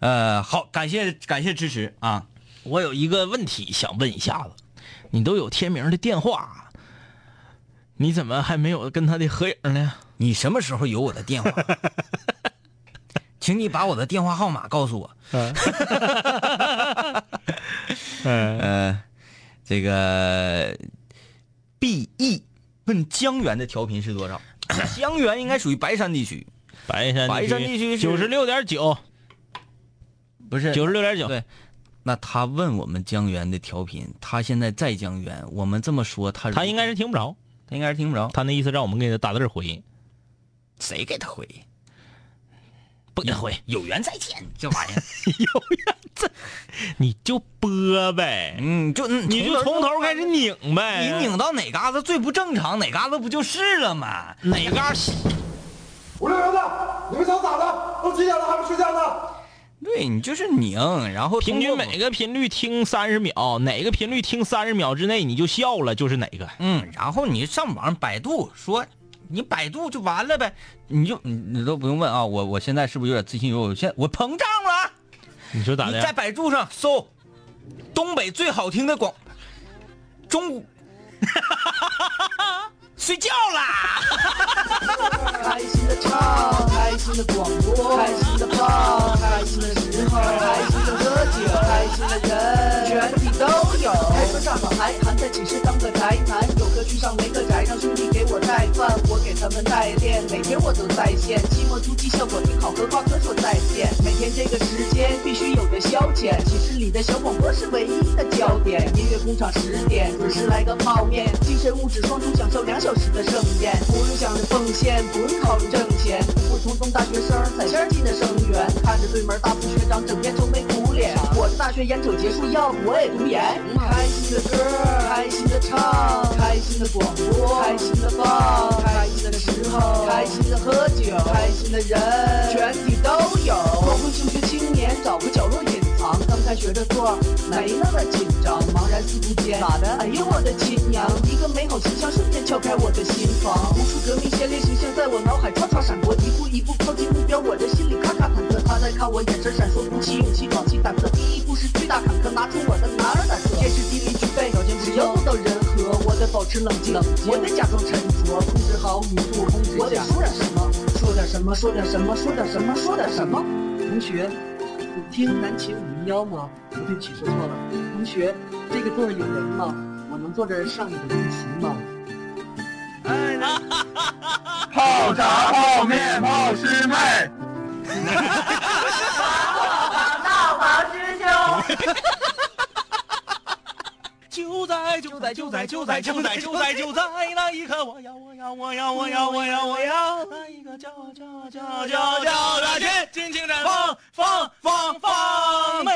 呃，好，感谢感谢支持啊！
我有一个问题想问一下子，你都有天明的电话，啊你怎么还没有跟他的合影呢？
你什么时候有我的电话？请你把我的电话号码告诉我。
嗯
呃，这个 B E 问江源的调频是多 少？江源应该属于白山地区，
白山
白山地区是
九十六点九，
不是
九十六点九，
对。那他问我们江源的调频，他现在在江源，我们这么说他
他应该是听不着，
他应该是听不着，
他那意思让我们给他打字回应，
谁给他回？
不给他回，
有缘再见，这玩意儿，
你就播呗，
嗯，就
你就从头开始，拧呗，
你拧到哪嘎子最不正常，哪嘎子不就是了吗？
哪嘎洗
五六零的，你们想咋的？都几点了还不睡觉呢？
对你就是拧，然后
平均每
个，
个频率听三十秒，哪个频率听三十秒之内你就笑了，就是哪个。
嗯，然后你上网百度说，你百度就完了呗，你就你你都不用问啊，我我现在是不是有点自信有有限？我膨胀了，
你说咋
你
的
在
呀？
百度上搜东北最好听的广中午， 睡觉啦。
开心的唱，开心的广播，开心的放，开心的时候，开心的喝酒，开心的人，全体都有。该说唱老还谈，在寝室当个宅男，有个去上没个宅，让兄弟给我带饭，我给他们带练，每天我都在线。期末突击效果一考和挂科说再见，每天这个时间必须有的消遣，寝室里的小广播是唯一的焦点。音乐工厂十点准时来个泡面，精神物质双重享受两小时的盛宴，不用想着奉献，不用考虑挣钱，普普通通大学生在线进的生源，看着对门大副学长整天愁眉苦脸，我的大学研究结束，要不我也读研。开心的歌，开心的唱，开心的广播，开心的放，开心的时候，开心的喝酒，开心的人，全体都有。光辉求学青年，找个角落隐藏，刚才学着做，没那么紧张，茫然四顾间，咋的？哎呦我的亲娘！一个美好形象瞬间敲开我的心房，无数革命先烈形象在我脑海唰唰闪过，一步一步靠近目标，我的心里咔咔忐忑，他在看我眼神闪烁，鼓起勇气，壮起胆子，第一步是巨大坎坷，拿出我的男儿胆色，天时地利具备，条件只要做到人和，我得保持冷静，我得假装沉着，控制好语速，控制我得说点什么，说点什么，说点什么，说点什么，说点什么。同学，你听南琴五零幺吗？不对不起，说错了。同学，这个座位有人吗？我能坐这儿上你的围棋吗？
泡茶、泡面、泡师妹，
就在就在就在就在就在就在就在那一刻，我要我要我要我要我要我要那一个叫叫叫叫叫的尽尽情绽放放放放放